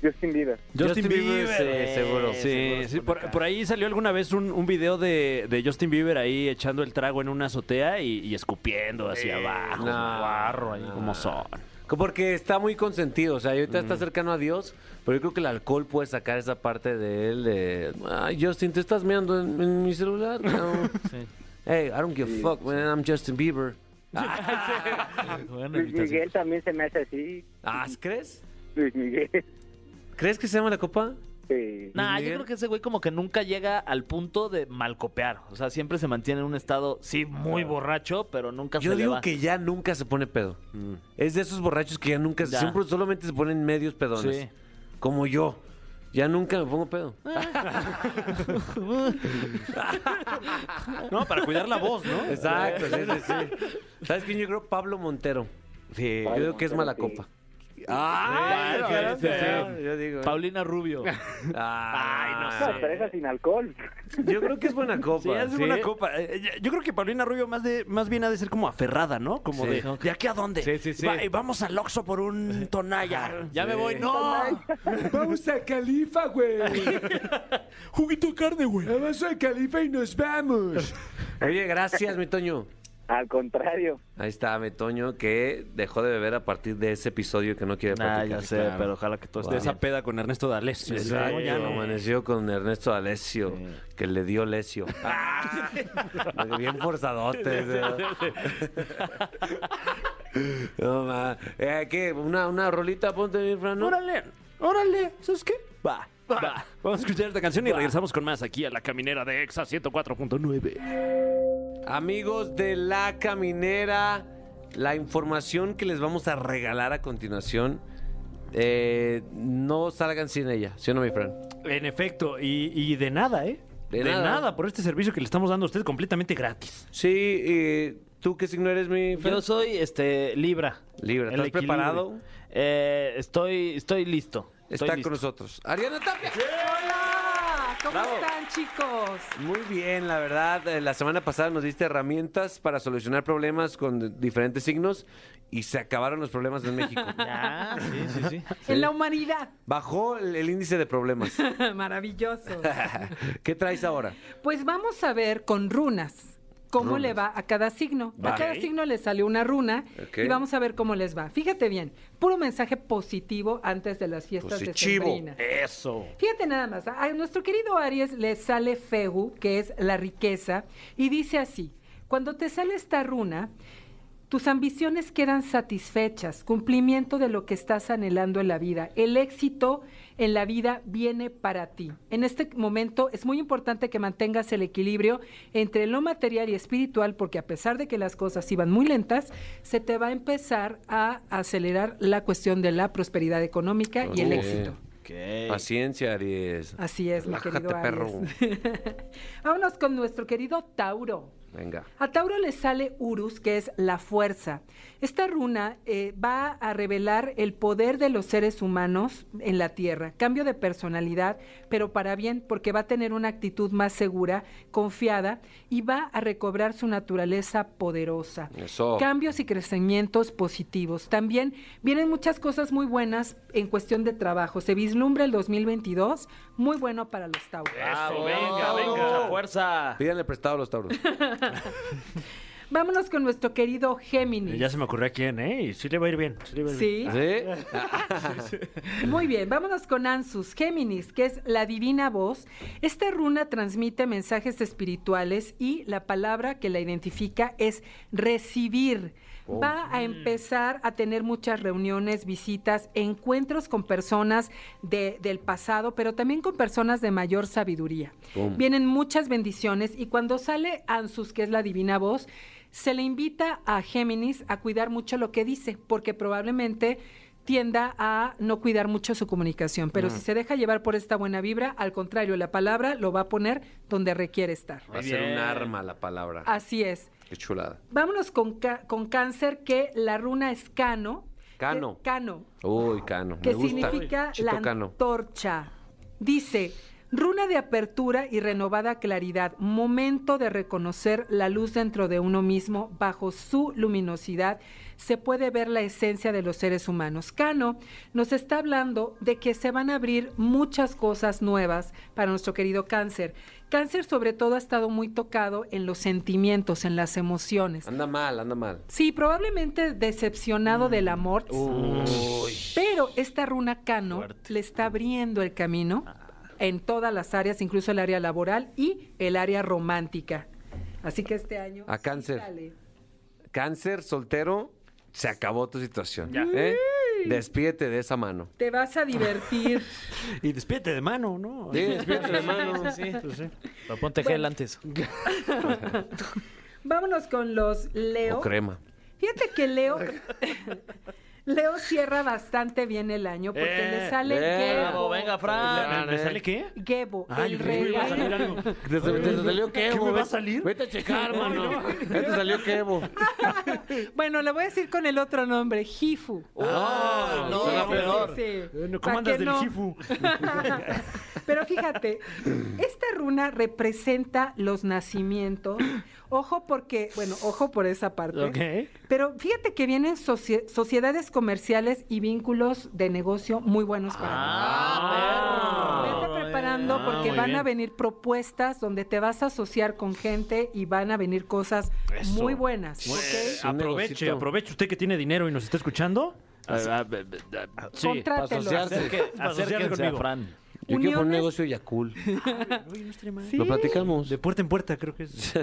Speaker 6: Justin Bieber.
Speaker 2: Justin Bieber, eh, seguro.
Speaker 4: Sí, sí, por, por ahí salió alguna vez un, un video de, de Justin Bieber ahí echando el trago en una azotea y, y escupiendo hacia abajo.
Speaker 2: no,
Speaker 4: barro ahí
Speaker 2: no.
Speaker 4: como son.
Speaker 2: Porque está muy consentido, o sea, ahorita está cercano a Dios, pero yo creo que el alcohol puede sacar esa parte de él de... Ay, Justin, ¿te estás mirando en, en mi celular? No.
Speaker 3: Sí.
Speaker 2: Hey, I don't give a fuck, man, I'm Justin Bieber.
Speaker 3: [laughs] Buena
Speaker 6: Luis
Speaker 3: invitación.
Speaker 6: Miguel también se me hace así.
Speaker 2: Ah, ¿crees?
Speaker 6: Luis Miguel. [laughs] este,
Speaker 2: ¿Crees que se llama la copa?
Speaker 6: Sí.
Speaker 3: Nah, yo
Speaker 2: Miguel.
Speaker 3: creo que ese güey como que nunca llega al punto de malcopear. O sea, siempre se mantiene en un estado, sí, muy borracho, pero nunca
Speaker 2: Yo
Speaker 3: se le
Speaker 2: digo
Speaker 3: va.
Speaker 2: que ya nunca se pone pedo.
Speaker 4: Mm.
Speaker 2: Es de esos borrachos que ya nunca...
Speaker 3: Ya.
Speaker 2: Siempre solamente se ponen medios pedones.
Speaker 3: Sí.
Speaker 2: Como yo. Ya nunca me pongo pedo. [laughs]
Speaker 4: No, para cuidar la voz, ¿no?
Speaker 2: Exacto, sí, sí, sí. ¿Sabes quién yo creo? Pablo Montero.
Speaker 3: Sí.
Speaker 2: Yo creo que es
Speaker 6: Montero,
Speaker 2: mala
Speaker 6: sí.
Speaker 2: copa.
Speaker 3: Ah,
Speaker 4: Sí,
Speaker 3: claro,
Speaker 4: sí,
Speaker 3: claro.
Speaker 2: Yo digo. ¿eh?
Speaker 3: Paulina Rubio.
Speaker 2: Ay, no
Speaker 6: No, pero esa sin alcohol. [laughs]
Speaker 2: Yo creo que es buena copa.
Speaker 4: Sí, es
Speaker 2: ¿sí?
Speaker 4: una copa. Eh, ya- Yo creo que Paulina Rubio más de más bien ha de ser como aferrada, ¿no? Como
Speaker 2: Sí.
Speaker 4: de ¿de aquí a dónde?
Speaker 3: Sí, sí, sí.
Speaker 4: Va- eh, vamos al Oxxo por [laughs] un Tonaya.
Speaker 3: Ya me voy. ¡No!
Speaker 2: Vamos a Califa, güey.
Speaker 4: [laughs] Juguito de carne, güey.
Speaker 2: Vamos a Califa y nos vamos. Oye, gracias, mi Toño.
Speaker 6: Al contrario.
Speaker 2: Ahí está, mi Toño, que dejó de beber a partir de ese episodio que no quiere
Speaker 3: Ah,
Speaker 2: platicar.
Speaker 3: ya sé,
Speaker 4: claro.
Speaker 3: pero ojalá que todo
Speaker 4: De
Speaker 3: esté
Speaker 4: esa peda con Ernesto D'Alessio.
Speaker 2: Exacto,
Speaker 4: Sí, ya no.
Speaker 2: amaneció con Ernesto Alesio, que le dio
Speaker 3: [laughs]
Speaker 2: Lesio. ¡Ah! Bien forzadote. ¿no? [laughs] No, ma. Eh, ¿Qué? ¿Una, una rolita? Ponte bien, Fran. ¿no?
Speaker 4: Órale, órale. ¿Sabes qué? Va, va. Vamos a escuchar esta canción y regresamos con más aquí a la caminera de Exa 104.9.
Speaker 2: Amigos de La Caminera, la información que les vamos a regalar a continuación, eh, no salgan sin ella, ¿sí o no, mi Fran?
Speaker 4: En efecto, y, y de nada, ¿eh?
Speaker 2: De
Speaker 4: De,
Speaker 2: nada.
Speaker 4: nada. por este servicio que le estamos dando a usted completamente gratis.
Speaker 2: Sí, eh, ¿tú qué signo eres, mi Fran?
Speaker 3: Yo soy este Libra.
Speaker 2: Libra,
Speaker 3: El
Speaker 2: ¿estás
Speaker 3: equilibrio.
Speaker 2: preparado?
Speaker 3: Eh, estoy, estoy listo. Estoy
Speaker 2: Está
Speaker 3: listo.
Speaker 2: con nosotros. Ariana Tapia.
Speaker 7: Hola, ¿cómo
Speaker 2: Bravo.
Speaker 7: están chicos?
Speaker 2: Muy bien, la verdad. eh, La semana pasada nos diste herramientas para solucionar problemas con de- diferentes signos y se acabaron los problemas en
Speaker 7: [laughs]
Speaker 2: México.
Speaker 3: Ah, sí, sí, sí.
Speaker 7: En la humanidad. [laughs]
Speaker 2: Bajó el, el índice de problemas.
Speaker 7: Maravilloso.
Speaker 2: [laughs] ¿Qué traes ahora?
Speaker 7: Pues vamos a ver con runas cómo
Speaker 2: Runas.
Speaker 7: le va a cada signo.
Speaker 2: Va.
Speaker 7: A cada
Speaker 4: Ok.
Speaker 7: signo le salió una runa
Speaker 2: Ok.
Speaker 7: y vamos a ver cómo les va. Fíjate bien, puro mensaje positivo antes de las fiestas de
Speaker 2: Positivo.
Speaker 7: decembrinas.
Speaker 4: Eso.
Speaker 7: Fíjate nada más, a a nuestro querido Aries le sale Fegu, que es la riqueza, y dice así, cuando te sale esta runa, tus ambiciones quedan satisfechas, cumplimiento de lo que estás anhelando en la vida. El éxito en la vida viene para ti. En este momento es muy importante que mantengas el equilibrio entre lo material y espiritual, porque a pesar de que las cosas iban muy lentas, se te va a empezar a acelerar la cuestión de la prosperidad económica y el
Speaker 2: Ok.
Speaker 7: éxito.
Speaker 2: Oh. Paciencia, Aries.
Speaker 7: Así es, mi
Speaker 2: Relájate,
Speaker 7: querido Aries. [laughs] Vámonos con nuestro querido Tauro.
Speaker 2: Venga.
Speaker 7: A Tauro le sale Urus, que es la fuerza. Esta runa eh, va a revelar el poder de los seres humanos en la Tierra. Cambio de personalidad, pero para bien, porque va a tener una actitud más segura, confiada y va a recobrar su naturaleza poderosa
Speaker 2: Eso.
Speaker 7: cambios y crecimientos positivos. También vienen muchas cosas muy buenas en cuestión de trabajo. Se vislumbra el 2022 muy bueno para los Tauros.
Speaker 3: Bravo, venga,
Speaker 2: Tauro.
Speaker 3: venga, Ah, mucha fuerza.
Speaker 2: Pídanle prestado a los Tauros.
Speaker 7: Vámonos con nuestro querido Géminis.
Speaker 4: Ya se me ocurrió a quién, ¿eh? Y sí le va a ir bien. sí le va a ir bien.
Speaker 7: Sí,
Speaker 2: ¿Sí?
Speaker 8: Ah,
Speaker 7: muy bien. Vámonos con Ansus, Géminis, que es la divina voz. Esta runa transmite mensajes espirituales y la palabra que la identifica es recibir. Va a empezar a tener muchas reuniones, visitas, encuentros con personas de- del pasado, pero también con personas de mayor sabiduría. Vienen muchas bendiciones y cuando sale Ansus, que es la divina voz, se le invita a Géminis a cuidar mucho lo que dice, porque probablemente tienda a no cuidar mucho su comunicación, pero si se deja llevar por esta buena vibra, al contrario, la palabra lo va a poner donde requiere estar.
Speaker 2: Va a ser un
Speaker 3: bien.
Speaker 2: arma la palabra.
Speaker 7: Así es.
Speaker 2: Qué chulada.
Speaker 7: Vámonos con, ca- con cáncer, que la runa es cano.
Speaker 2: Cano.
Speaker 7: Que- cano,
Speaker 2: Uy, Cano.
Speaker 7: que
Speaker 2: me gusta.
Speaker 7: significa
Speaker 2: Chito
Speaker 7: la
Speaker 2: Cano.
Speaker 7: antorcha. Dice, runa de apertura y renovada claridad, momento de reconocer la luz dentro de uno mismo, bajo su luminosidad se puede ver la esencia de los seres humanos. Cano nos está hablando de que se van a abrir muchas cosas nuevas para nuestro querido cáncer. Cáncer sobre todo ha estado muy tocado en los sentimientos, en las emociones.
Speaker 2: Anda mal, anda mal.
Speaker 7: Sí, probablemente decepcionado del amor.
Speaker 2: Uh.
Speaker 7: Pero esta runa Cano le está abriendo el camino
Speaker 4: Ah.
Speaker 7: en todas las áreas, incluso el área laboral y el área romántica. Así que este año.
Speaker 2: A
Speaker 7: sí
Speaker 2: cáncer.
Speaker 7: sale.
Speaker 2: Cáncer, soltero, se acabó tu situación. ¿eh? Despídete de esa mano.
Speaker 7: Te vas
Speaker 2: [laughs]
Speaker 7: a divertir.
Speaker 4: Y despídete de mano, ¿no?
Speaker 2: Sí, despídete de mano.
Speaker 4: [laughs] Pues sí.
Speaker 3: Pero ponte gel antes.
Speaker 7: Vámonos con los Leo.
Speaker 2: O crema. [laughs]
Speaker 7: Fíjate que Leo. Leo cierra bastante bien el año porque
Speaker 4: Eh,
Speaker 7: le sale
Speaker 8: eh,
Speaker 7: Gebo.
Speaker 3: Bravo, venga, Fran.
Speaker 4: ¿Me sale qué?
Speaker 7: Gebo,
Speaker 4: Ay,
Speaker 7: el
Speaker 4: yo creí que
Speaker 7: rey.
Speaker 4: iba a salir algo.
Speaker 8: ¿Te, te- te salió quebo?
Speaker 4: me va a
Speaker 8: Vete-
Speaker 4: salir?
Speaker 8: Vete a checar, mano. ¿Te salió
Speaker 7: [laughs]
Speaker 8: quebo?
Speaker 7: Bueno, le voy a decir con el otro nombre, Jifu.
Speaker 8: Ah,
Speaker 3: no,
Speaker 8: suena
Speaker 3: no,
Speaker 8: peor.
Speaker 7: Sí, sí.
Speaker 4: Bueno,
Speaker 7: ¿Para
Speaker 4: Eh, ¿Cómo andas
Speaker 7: qué
Speaker 4: del
Speaker 7: no?
Speaker 4: Shifu?
Speaker 7: [laughs] Pero fíjate, esta runa representa los nacimientos. Ojo porque, bueno, ojo por esa parte.
Speaker 4: [laughs] Ok.
Speaker 7: Pero fíjate que vienen socie- sociedades comerciales y vínculos de negocio muy buenos para
Speaker 3: Ah,
Speaker 7: ti.
Speaker 3: perro.
Speaker 7: Vete preparando
Speaker 4: Ah,
Speaker 7: porque
Speaker 4: muy
Speaker 7: van a
Speaker 4: bien.
Speaker 7: venir propuestas donde te vas a asociar con gente y van a venir cosas
Speaker 4: Eso.
Speaker 7: muy buenas.
Speaker 4: Bueno,
Speaker 7: ¿ok?
Speaker 4: eh, aproveche,
Speaker 8: negocito.
Speaker 4: aproveche usted que tiene dinero y nos está escuchando. Ah, ah, ah, ah, ah, sí.
Speaker 8: Para
Speaker 7: Contrátelo.
Speaker 8: asociarse.
Speaker 4: Acerque- asociarse
Speaker 8: Acérquense a
Speaker 4: conmigo.
Speaker 8: Fran.
Speaker 7: Yo
Speaker 8: Yo
Speaker 7: quiero
Speaker 8: quiero
Speaker 7: poner
Speaker 8: un
Speaker 7: un Uniones-
Speaker 8: negocio
Speaker 7: negocio
Speaker 8: Yakul.
Speaker 7: Sí,
Speaker 8: Lo platicamos.
Speaker 4: De puerta en puerta, creo que
Speaker 2: [laughs]
Speaker 4: es.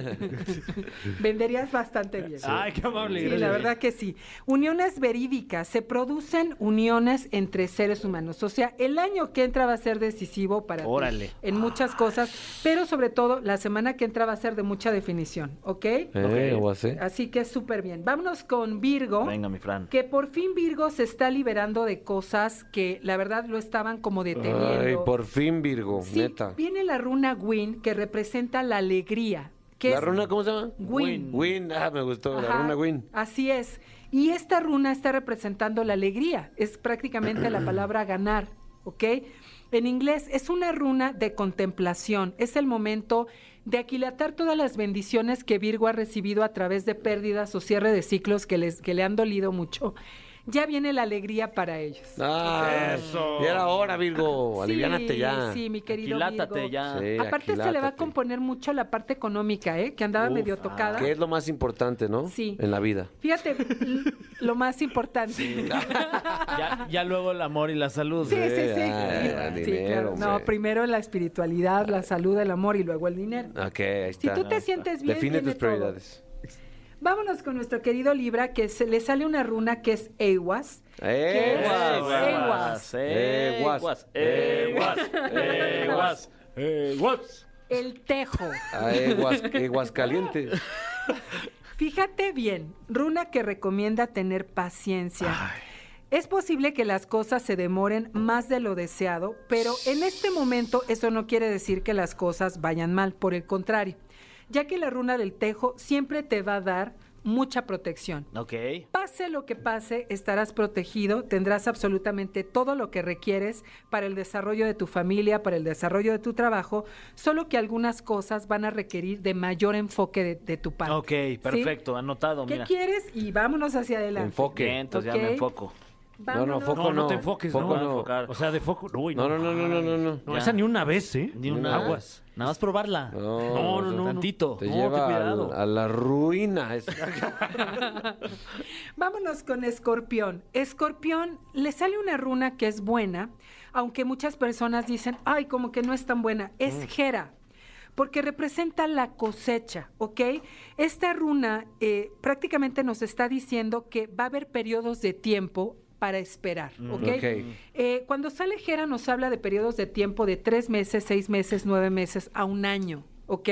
Speaker 7: venderías bastante bien.
Speaker 4: Ay, qué amable.
Speaker 7: Sí,
Speaker 4: gracias.
Speaker 7: la verdad que sí. Uniones verídicas. Se producen uniones entre seres humanos. O sea, el año que entra va a ser decisivo para ti
Speaker 4: Órale.
Speaker 7: en muchas cosas, pero sobre todo la semana que entra va a ser de mucha definición, ¿ok?
Speaker 8: Eh, o así.
Speaker 7: Así que súper bien. Vámonos con Virgo.
Speaker 3: Venga, mi Fran.
Speaker 7: Que por fin Virgo se está liberando de cosas que la verdad lo estaban como deteniendo.
Speaker 2: Ay, por fin, Virgo,
Speaker 7: Sí,
Speaker 2: neta.
Speaker 7: viene la runa Win que representa la alegría. Que
Speaker 2: ¿La
Speaker 7: es-
Speaker 2: runa cómo se llama?
Speaker 7: Win.
Speaker 2: Win, ah, me gustó, la
Speaker 7: Ajá,
Speaker 2: runa Win.
Speaker 7: Así es. Y esta runa está representando la alegría. Es prácticamente la palabra ganar, ¿ok? En inglés es una runa de contemplación. Es el momento de aquilatar todas las bendiciones que Virgo ha recibido a través de pérdidas o cierre de ciclos que, les, que le han dolido mucho. Ya viene la alegría para ellos.
Speaker 2: Ah,
Speaker 4: Eso.
Speaker 2: Ya era hora, Virgo, aliviánate ya.
Speaker 7: Sí, mi querido
Speaker 3: Quilátate
Speaker 7: Virgo.
Speaker 3: ya.
Speaker 2: Sí.
Speaker 7: Aparte se le va a
Speaker 2: aquilátate.
Speaker 7: componer mucho la parte económica, ¿eh? Que andaba medio tocada.
Speaker 2: Que es lo más importante, ¿no?
Speaker 7: Sí.
Speaker 2: En la vida.
Speaker 7: Fíjate, l- lo más importante. [laughs]
Speaker 3: Ya, ya luego el amor y la salud.
Speaker 7: Sí, sí, sí.
Speaker 2: Ah,
Speaker 7: Sí,
Speaker 2: dinero,
Speaker 7: claro. No,
Speaker 2: hombre.
Speaker 7: primero la espiritualidad, la salud, el amor y luego el dinero.
Speaker 2: Ok, ahí
Speaker 7: Si
Speaker 2: está.
Speaker 7: tú te sientes bien,
Speaker 2: Define
Speaker 7: viene
Speaker 2: tus prioridades.
Speaker 7: todo. Vámonos con nuestro querido Libra, que se le sale una runa que es Ewas. ¿Qué es?
Speaker 2: Eguas.
Speaker 7: Eguas.
Speaker 2: Eguas.
Speaker 3: Eguas. Eguas. Eguas.
Speaker 7: El tejo.
Speaker 2: Ah, Eguas, Eguascalientes.
Speaker 7: [laughs] Fíjate bien, runa que recomienda tener paciencia. Es posible que las cosas se demoren más de lo deseado, pero en este momento eso no quiere decir que las cosas vayan mal, por el contrario, ya que la runa del tejo siempre te va a dar mucha protección.
Speaker 3: Ok.
Speaker 7: Pase lo que pase, estarás protegido, tendrás absolutamente todo lo que requieres para el desarrollo de tu familia, para el desarrollo de tu trabajo, solo que algunas cosas van a requerir de mayor enfoque de, de tu parte.
Speaker 3: Ok,
Speaker 7: ¿sí?
Speaker 3: perfecto. Anotado,
Speaker 7: ¿Qué
Speaker 3: mira.
Speaker 7: quieres? Y vámonos hacia adelante.
Speaker 2: Enfoque.
Speaker 3: Bien, entonces
Speaker 7: Ok.
Speaker 3: ya me enfoco.
Speaker 2: No, no,
Speaker 7: Vámonos.
Speaker 2: foco
Speaker 4: No,
Speaker 2: no.
Speaker 4: no te enfoques,
Speaker 2: Foco
Speaker 4: no.
Speaker 2: no.
Speaker 4: O sea, de foco. Uy,
Speaker 2: No, no, no, no, no, no, no.
Speaker 4: No, esa ni una vez, ¿eh?
Speaker 3: Ni una.
Speaker 4: Aguas.
Speaker 3: Nada más probarla.
Speaker 2: No,
Speaker 4: No, no, no, no.
Speaker 3: Tantito.
Speaker 2: Te
Speaker 4: No,
Speaker 2: lleva
Speaker 4: ten
Speaker 2: al-
Speaker 4: cuidado.
Speaker 2: a la ruina. Es-
Speaker 7: Vámonos con Escorpión. Escorpión le sale una runa que es buena, aunque muchas personas dicen, ay, como que no es tan buena. Es Jera, porque representa la cosecha, ¿ok? Esta runa eh, prácticamente nos está diciendo que va a haber periodos de tiempo para esperar, ¿ok?
Speaker 2: ok.
Speaker 7: Eh, cuando sale Jera nos habla de periodos de tiempo de tres meses, seis meses, nueve meses a un año, ¿ok?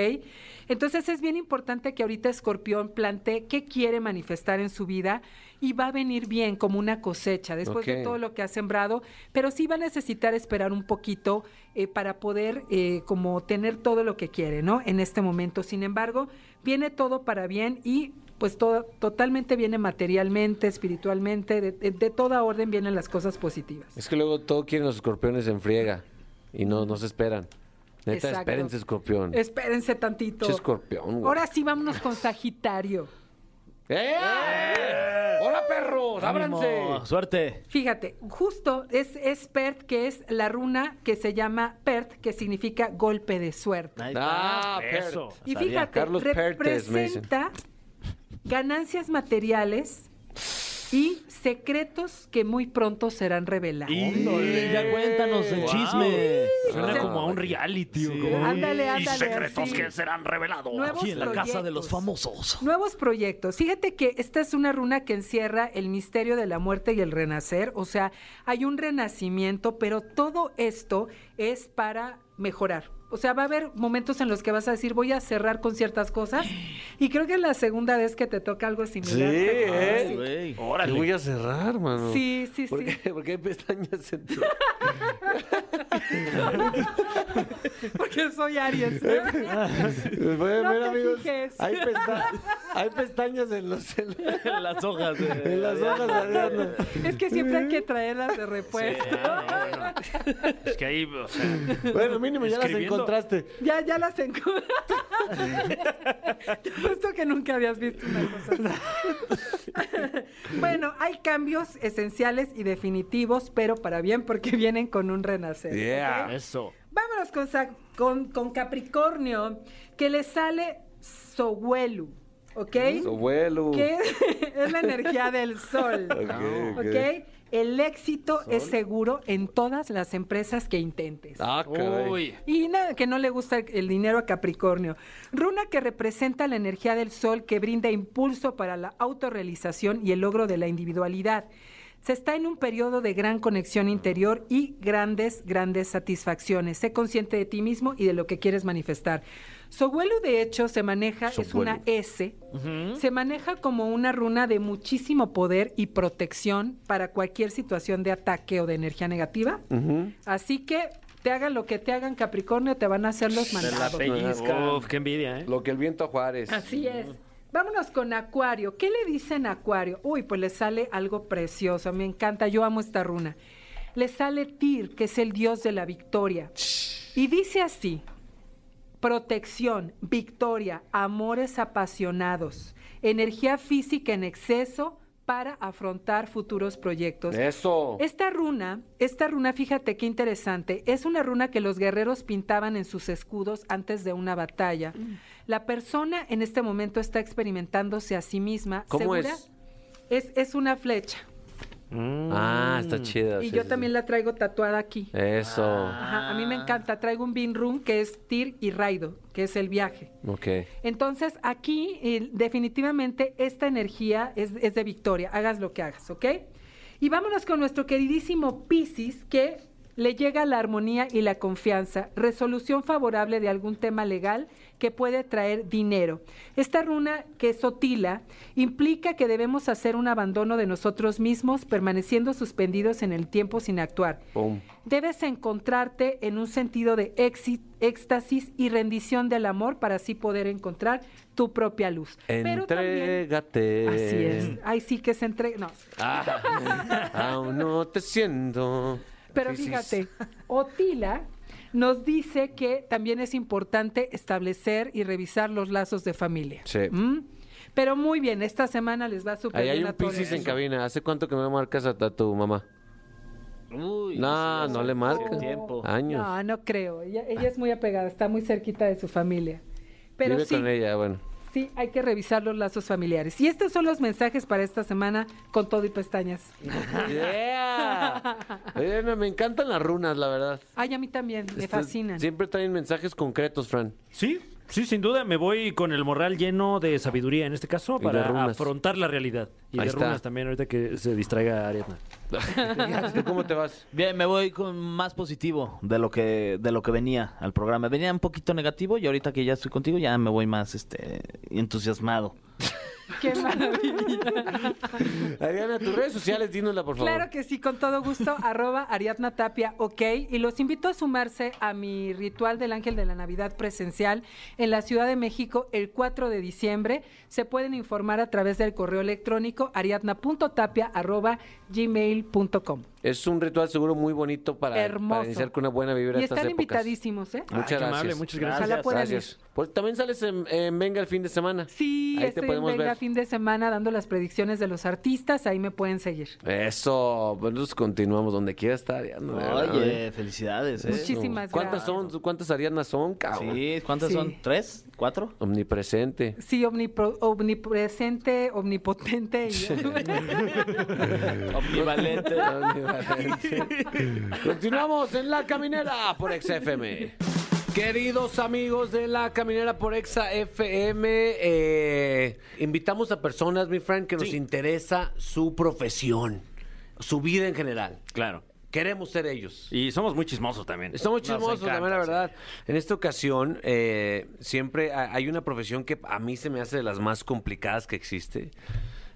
Speaker 7: Entonces es bien importante que ahorita Escorpión plantee qué quiere manifestar en su vida y va a venir bien como una cosecha después
Speaker 2: Ok.
Speaker 7: de todo lo que ha sembrado, pero sí va a necesitar esperar un poquito eh, para poder eh, como tener todo lo que quiere, ¿no? En este momento. Sin embargo, viene todo para bien y pues todo, totalmente viene materialmente, espiritualmente, de- de- de toda orden vienen las cosas positivas.
Speaker 2: Es que luego todo quieren los escorpiones en friega y no, no se esperan. Neta,
Speaker 7: Exacto.
Speaker 2: espérense, escorpión.
Speaker 7: Espérense tantito.
Speaker 2: Che, escorpión, güey.
Speaker 7: Ahora sí, vámonos con Sagitario.
Speaker 2: ¡Eh! ¡Hola, perros! ¡Ábranse!
Speaker 3: Ánimo, Suerte.
Speaker 7: Fíjate, justo es, es Pert, que es la runa que se llama Pert, que significa golpe de suerte.
Speaker 3: Ahí está.
Speaker 2: ¡Ah, Pert.
Speaker 4: Eso.
Speaker 7: Y
Speaker 3: sabía.
Speaker 7: fíjate,
Speaker 2: Carlos Pertes, me dicen.
Speaker 7: representa ganancias materiales y secretos que muy pronto serán revelados.
Speaker 3: Ándale, Ya cuéntanos el
Speaker 4: Wow.
Speaker 3: chisme.
Speaker 4: Suena
Speaker 2: Ah,
Speaker 4: como a un
Speaker 2: vaya.
Speaker 4: reality. o
Speaker 3: Sí.
Speaker 4: como un-
Speaker 7: Ándale, ándale. así.
Speaker 4: serán revelados.
Speaker 7: Nuevos
Speaker 3: Aquí en la casa de
Speaker 7: proyectos.
Speaker 3: los famosos.
Speaker 7: Nuevos proyectos. Fíjate que esta es una runa que encierra el misterio de la muerte y el renacer. O sea, hay un renacimiento, pero todo esto es para mejorar. O sea, va a haber momentos en los que vas a decir, voy a cerrar con ciertas cosas. Y creo que es la segunda vez que te toca algo
Speaker 2: Sí,
Speaker 7: similar.
Speaker 2: ¿eh?
Speaker 3: güey.
Speaker 2: Te voy a cerrar, mano.
Speaker 7: Sí, sí,
Speaker 2: ¿Por
Speaker 7: sí.
Speaker 2: qué? Porque hay pestañas en tu...
Speaker 7: [laughs] Porque soy Aries.
Speaker 2: ¿Eh?
Speaker 7: ¿eh?
Speaker 2: [laughs] Pues, Bueno,
Speaker 7: No
Speaker 2: mira,
Speaker 7: te
Speaker 2: amigos,
Speaker 7: fijes.
Speaker 2: hay, pesta- hay pestañas en los en,
Speaker 3: En [laughs] las hojas. eh.
Speaker 2: en [laughs] las hojas Adriana.
Speaker 7: es que siempre hay que traerlas de repuesto.
Speaker 2: ah,
Speaker 7: [laughs]
Speaker 4: Es que ahí, o sea,
Speaker 2: [laughs] [laughs] Bueno, mínimo ya las
Speaker 4: Escribiendo.
Speaker 2: encontraste.
Speaker 7: Ya, ya las encuentro. [laughs] Te apuesto que nunca habías visto una cosa así. [laughs] bueno, hay cambios esenciales y definitivos, pero para bien, porque vienen con un renacer. ¿ok?
Speaker 4: eso.
Speaker 7: Vámonos con, Sa- con, con Capricornio, que le sale Sowelu, ¿ok?
Speaker 2: Su abuelo.
Speaker 7: que es [laughs] la energía del sol.
Speaker 2: Ok, ok.
Speaker 7: ¿Ok? El éxito es seguro en todas las empresas que intentes.
Speaker 2: Ah, caray.
Speaker 4: Uy.
Speaker 7: Y nada, que no le gusta el dinero a Capricornio. Runa que representa la energía del sol que brinda impulso para la autorrealización y el logro de la individualidad. Se está en un periodo de gran conexión interior y grandes, grandes satisfacciones. Sé consciente de ti mismo y de lo que quieres manifestar. Soguelu, de hecho, se maneja, es una S, se maneja como una runa de muchísimo poder y protección para cualquier situación de ataque o de energía negativa. Así que te hagan lo que te hagan, Capricornio, te van a hacer los mandados.
Speaker 4: pellizca. Uf, qué envidia, ¿eh?
Speaker 2: Lo que el viento a Juárez.
Speaker 7: Así es. Vámonos con Acuario. ¿Qué le dicen a Acuario? Uy, pues le sale algo precioso. Me encanta, yo amo esta runa. Le sale Tir, que es el dios de la victoria. Y dice así, protección, victoria, amores apasionados, energía física en exceso para afrontar futuros proyectos.
Speaker 2: Eso.
Speaker 7: Esta runa, esta runa, fíjate qué interesante, es una runa que los guerreros pintaban en sus escudos antes de una batalla. La persona en este momento está experimentándose a sí misma.
Speaker 2: ¿Cómo
Speaker 7: ¿Segura?
Speaker 2: es?
Speaker 7: Es, es una flecha.
Speaker 2: Ah, está chida.
Speaker 7: Y
Speaker 2: sí,
Speaker 7: yo
Speaker 2: sí, Eh.
Speaker 7: también Ah. la traigo tatuada aquí.
Speaker 2: sí. Eso.
Speaker 7: Ajá, a mí me encanta. Traigo un bin run que es Tir y Raido, que es el viaje.
Speaker 2: Ok.
Speaker 7: Entonces, aquí eh, definitivamente esta energía es, es de victoria, hagas lo que hagas, ¿ok? Y vámonos con nuestro queridísimo Piscis, que le llega la armonía y la confianza, resolución favorable de algún tema legal que puede traer dinero. Esta runa que es Otila implica que debemos hacer un abandono de nosotros mismos, permaneciendo suspendidos en el tiempo sin actuar.
Speaker 2: Pum.
Speaker 7: Debes encontrarte en un sentido de éxi- éxtasis y rendición del amor para así poder encontrar tu propia luz. Pero también,
Speaker 2: Entrégate.
Speaker 7: así es. Ay, sí que se entrega. No,
Speaker 2: Ah, [laughs] aún no te siento.
Speaker 7: pero
Speaker 2: Sí, sí,
Speaker 7: fíjate, Otila nos dice que también es importante establecer y revisar los lazos de familia.
Speaker 2: Sí.
Speaker 7: ¿Mm? Pero muy bien, esta semana les va a super
Speaker 2: Ahí hay
Speaker 7: bien
Speaker 2: un
Speaker 7: a todos.
Speaker 2: Piscis en cabina. ¿Hace cuánto que me marcas a, a tu mamá?
Speaker 3: Uy,
Speaker 2: No,
Speaker 3: sí,
Speaker 2: no
Speaker 3: hace
Speaker 2: le marca.
Speaker 3: tiempo.
Speaker 2: Años.
Speaker 7: No, no creo. Ella, ella es muy apegada, está muy cerquita de su familia. Pero
Speaker 2: Vive
Speaker 7: sí,
Speaker 2: con ella,
Speaker 7: [laughs]
Speaker 2: bueno.
Speaker 7: Sí, hay que revisar los lazos familiares. Y estos son los mensajes para esta semana con todo y pestañas.
Speaker 2: Yeah. Elena, me encantan las runas, la verdad.
Speaker 7: [laughs] Ay, a mí también, me
Speaker 2: Estas
Speaker 7: fascinan.
Speaker 2: Siempre traen mensajes concretos,
Speaker 7: [laughs]
Speaker 2: Fran.
Speaker 4: Sí, sí, sin duda. Me voy con el morral lleno de sabiduría en este caso
Speaker 2: de
Speaker 4: para
Speaker 2: runas.
Speaker 4: afrontar la realidad. Y
Speaker 2: Ahí
Speaker 4: de
Speaker 2: está.
Speaker 4: runas también, ahorita que se distraiga Ariadna.
Speaker 2: ¿Tú cómo te vas?
Speaker 3: Bien, me voy con más positivo de lo que de lo que venía al programa. Venía un poquito negativo y ahorita que ya estoy contigo ya me voy más este entusiasmado.
Speaker 7: Qué maravilla.
Speaker 2: Adriana, tus redes sociales, dínosla, por favor.
Speaker 7: Claro que sí, con todo gusto, [laughs] arroba Ariadna Tapia, ok. Y los invito a sumarse a mi ritual del Ángel de la Navidad presencial en la Ciudad de México el 4 de diciembre. Se pueden informar a través del correo electrónico ariadna.tapia arroba gmail.com.
Speaker 2: Es un ritual seguro muy bonito para,
Speaker 7: Hermoso.
Speaker 2: para iniciar con una buena vibra
Speaker 7: Y
Speaker 2: estas
Speaker 7: están
Speaker 2: épocas.
Speaker 7: invitadísimos, ¿eh?
Speaker 4: Ay,
Speaker 2: Muchas
Speaker 4: qué
Speaker 2: gracias.
Speaker 4: amable, muchas gracias.
Speaker 7: Ojalá puedan ir.
Speaker 2: gracias. Pues también sales en, en Venga el fin de semana.
Speaker 7: Sí,
Speaker 2: Ahí te
Speaker 7: estoy en
Speaker 2: podemos
Speaker 7: Venga
Speaker 2: ver.
Speaker 7: fin de semana dando las predicciones de los artistas, ahí me pueden seguir.
Speaker 2: Eso, pues nos continuamos donde quiera estar. Ariana, de verdad, ¿eh?
Speaker 3: Oye, felicidades. ¿eh?
Speaker 7: Muchísimas gracias.
Speaker 2: ¿Cuántas son? ¿Cuántas Arianas son, cabrón?
Speaker 3: Sí, ¿cuántas
Speaker 7: Sí.
Speaker 3: son? ¿Tres?
Speaker 2: [laughs]
Speaker 3: ¿Cuatro?
Speaker 2: Omnipresente.
Speaker 7: Sí, omnipro- omnipresente, omnipotente. [laughs] Y...
Speaker 2: [laughs]
Speaker 3: Omnivalente.
Speaker 2: Continuamos en La Caminera por XFM. Queridos amigos de La Caminera por Exa FM, eh, invitamos a personas, mi friend, que nos interesa su profesión, su vida en general.
Speaker 4: Claro.
Speaker 2: Queremos ser ellos.
Speaker 4: Y somos muy chismosos también.
Speaker 2: Estamos
Speaker 4: Nos
Speaker 2: chismosos
Speaker 4: encanta,
Speaker 2: también, la
Speaker 4: sí.
Speaker 2: verdad. En esta ocasión, eh, siempre ha- hay una profesión que a mí se me hace de las más complicadas que existe,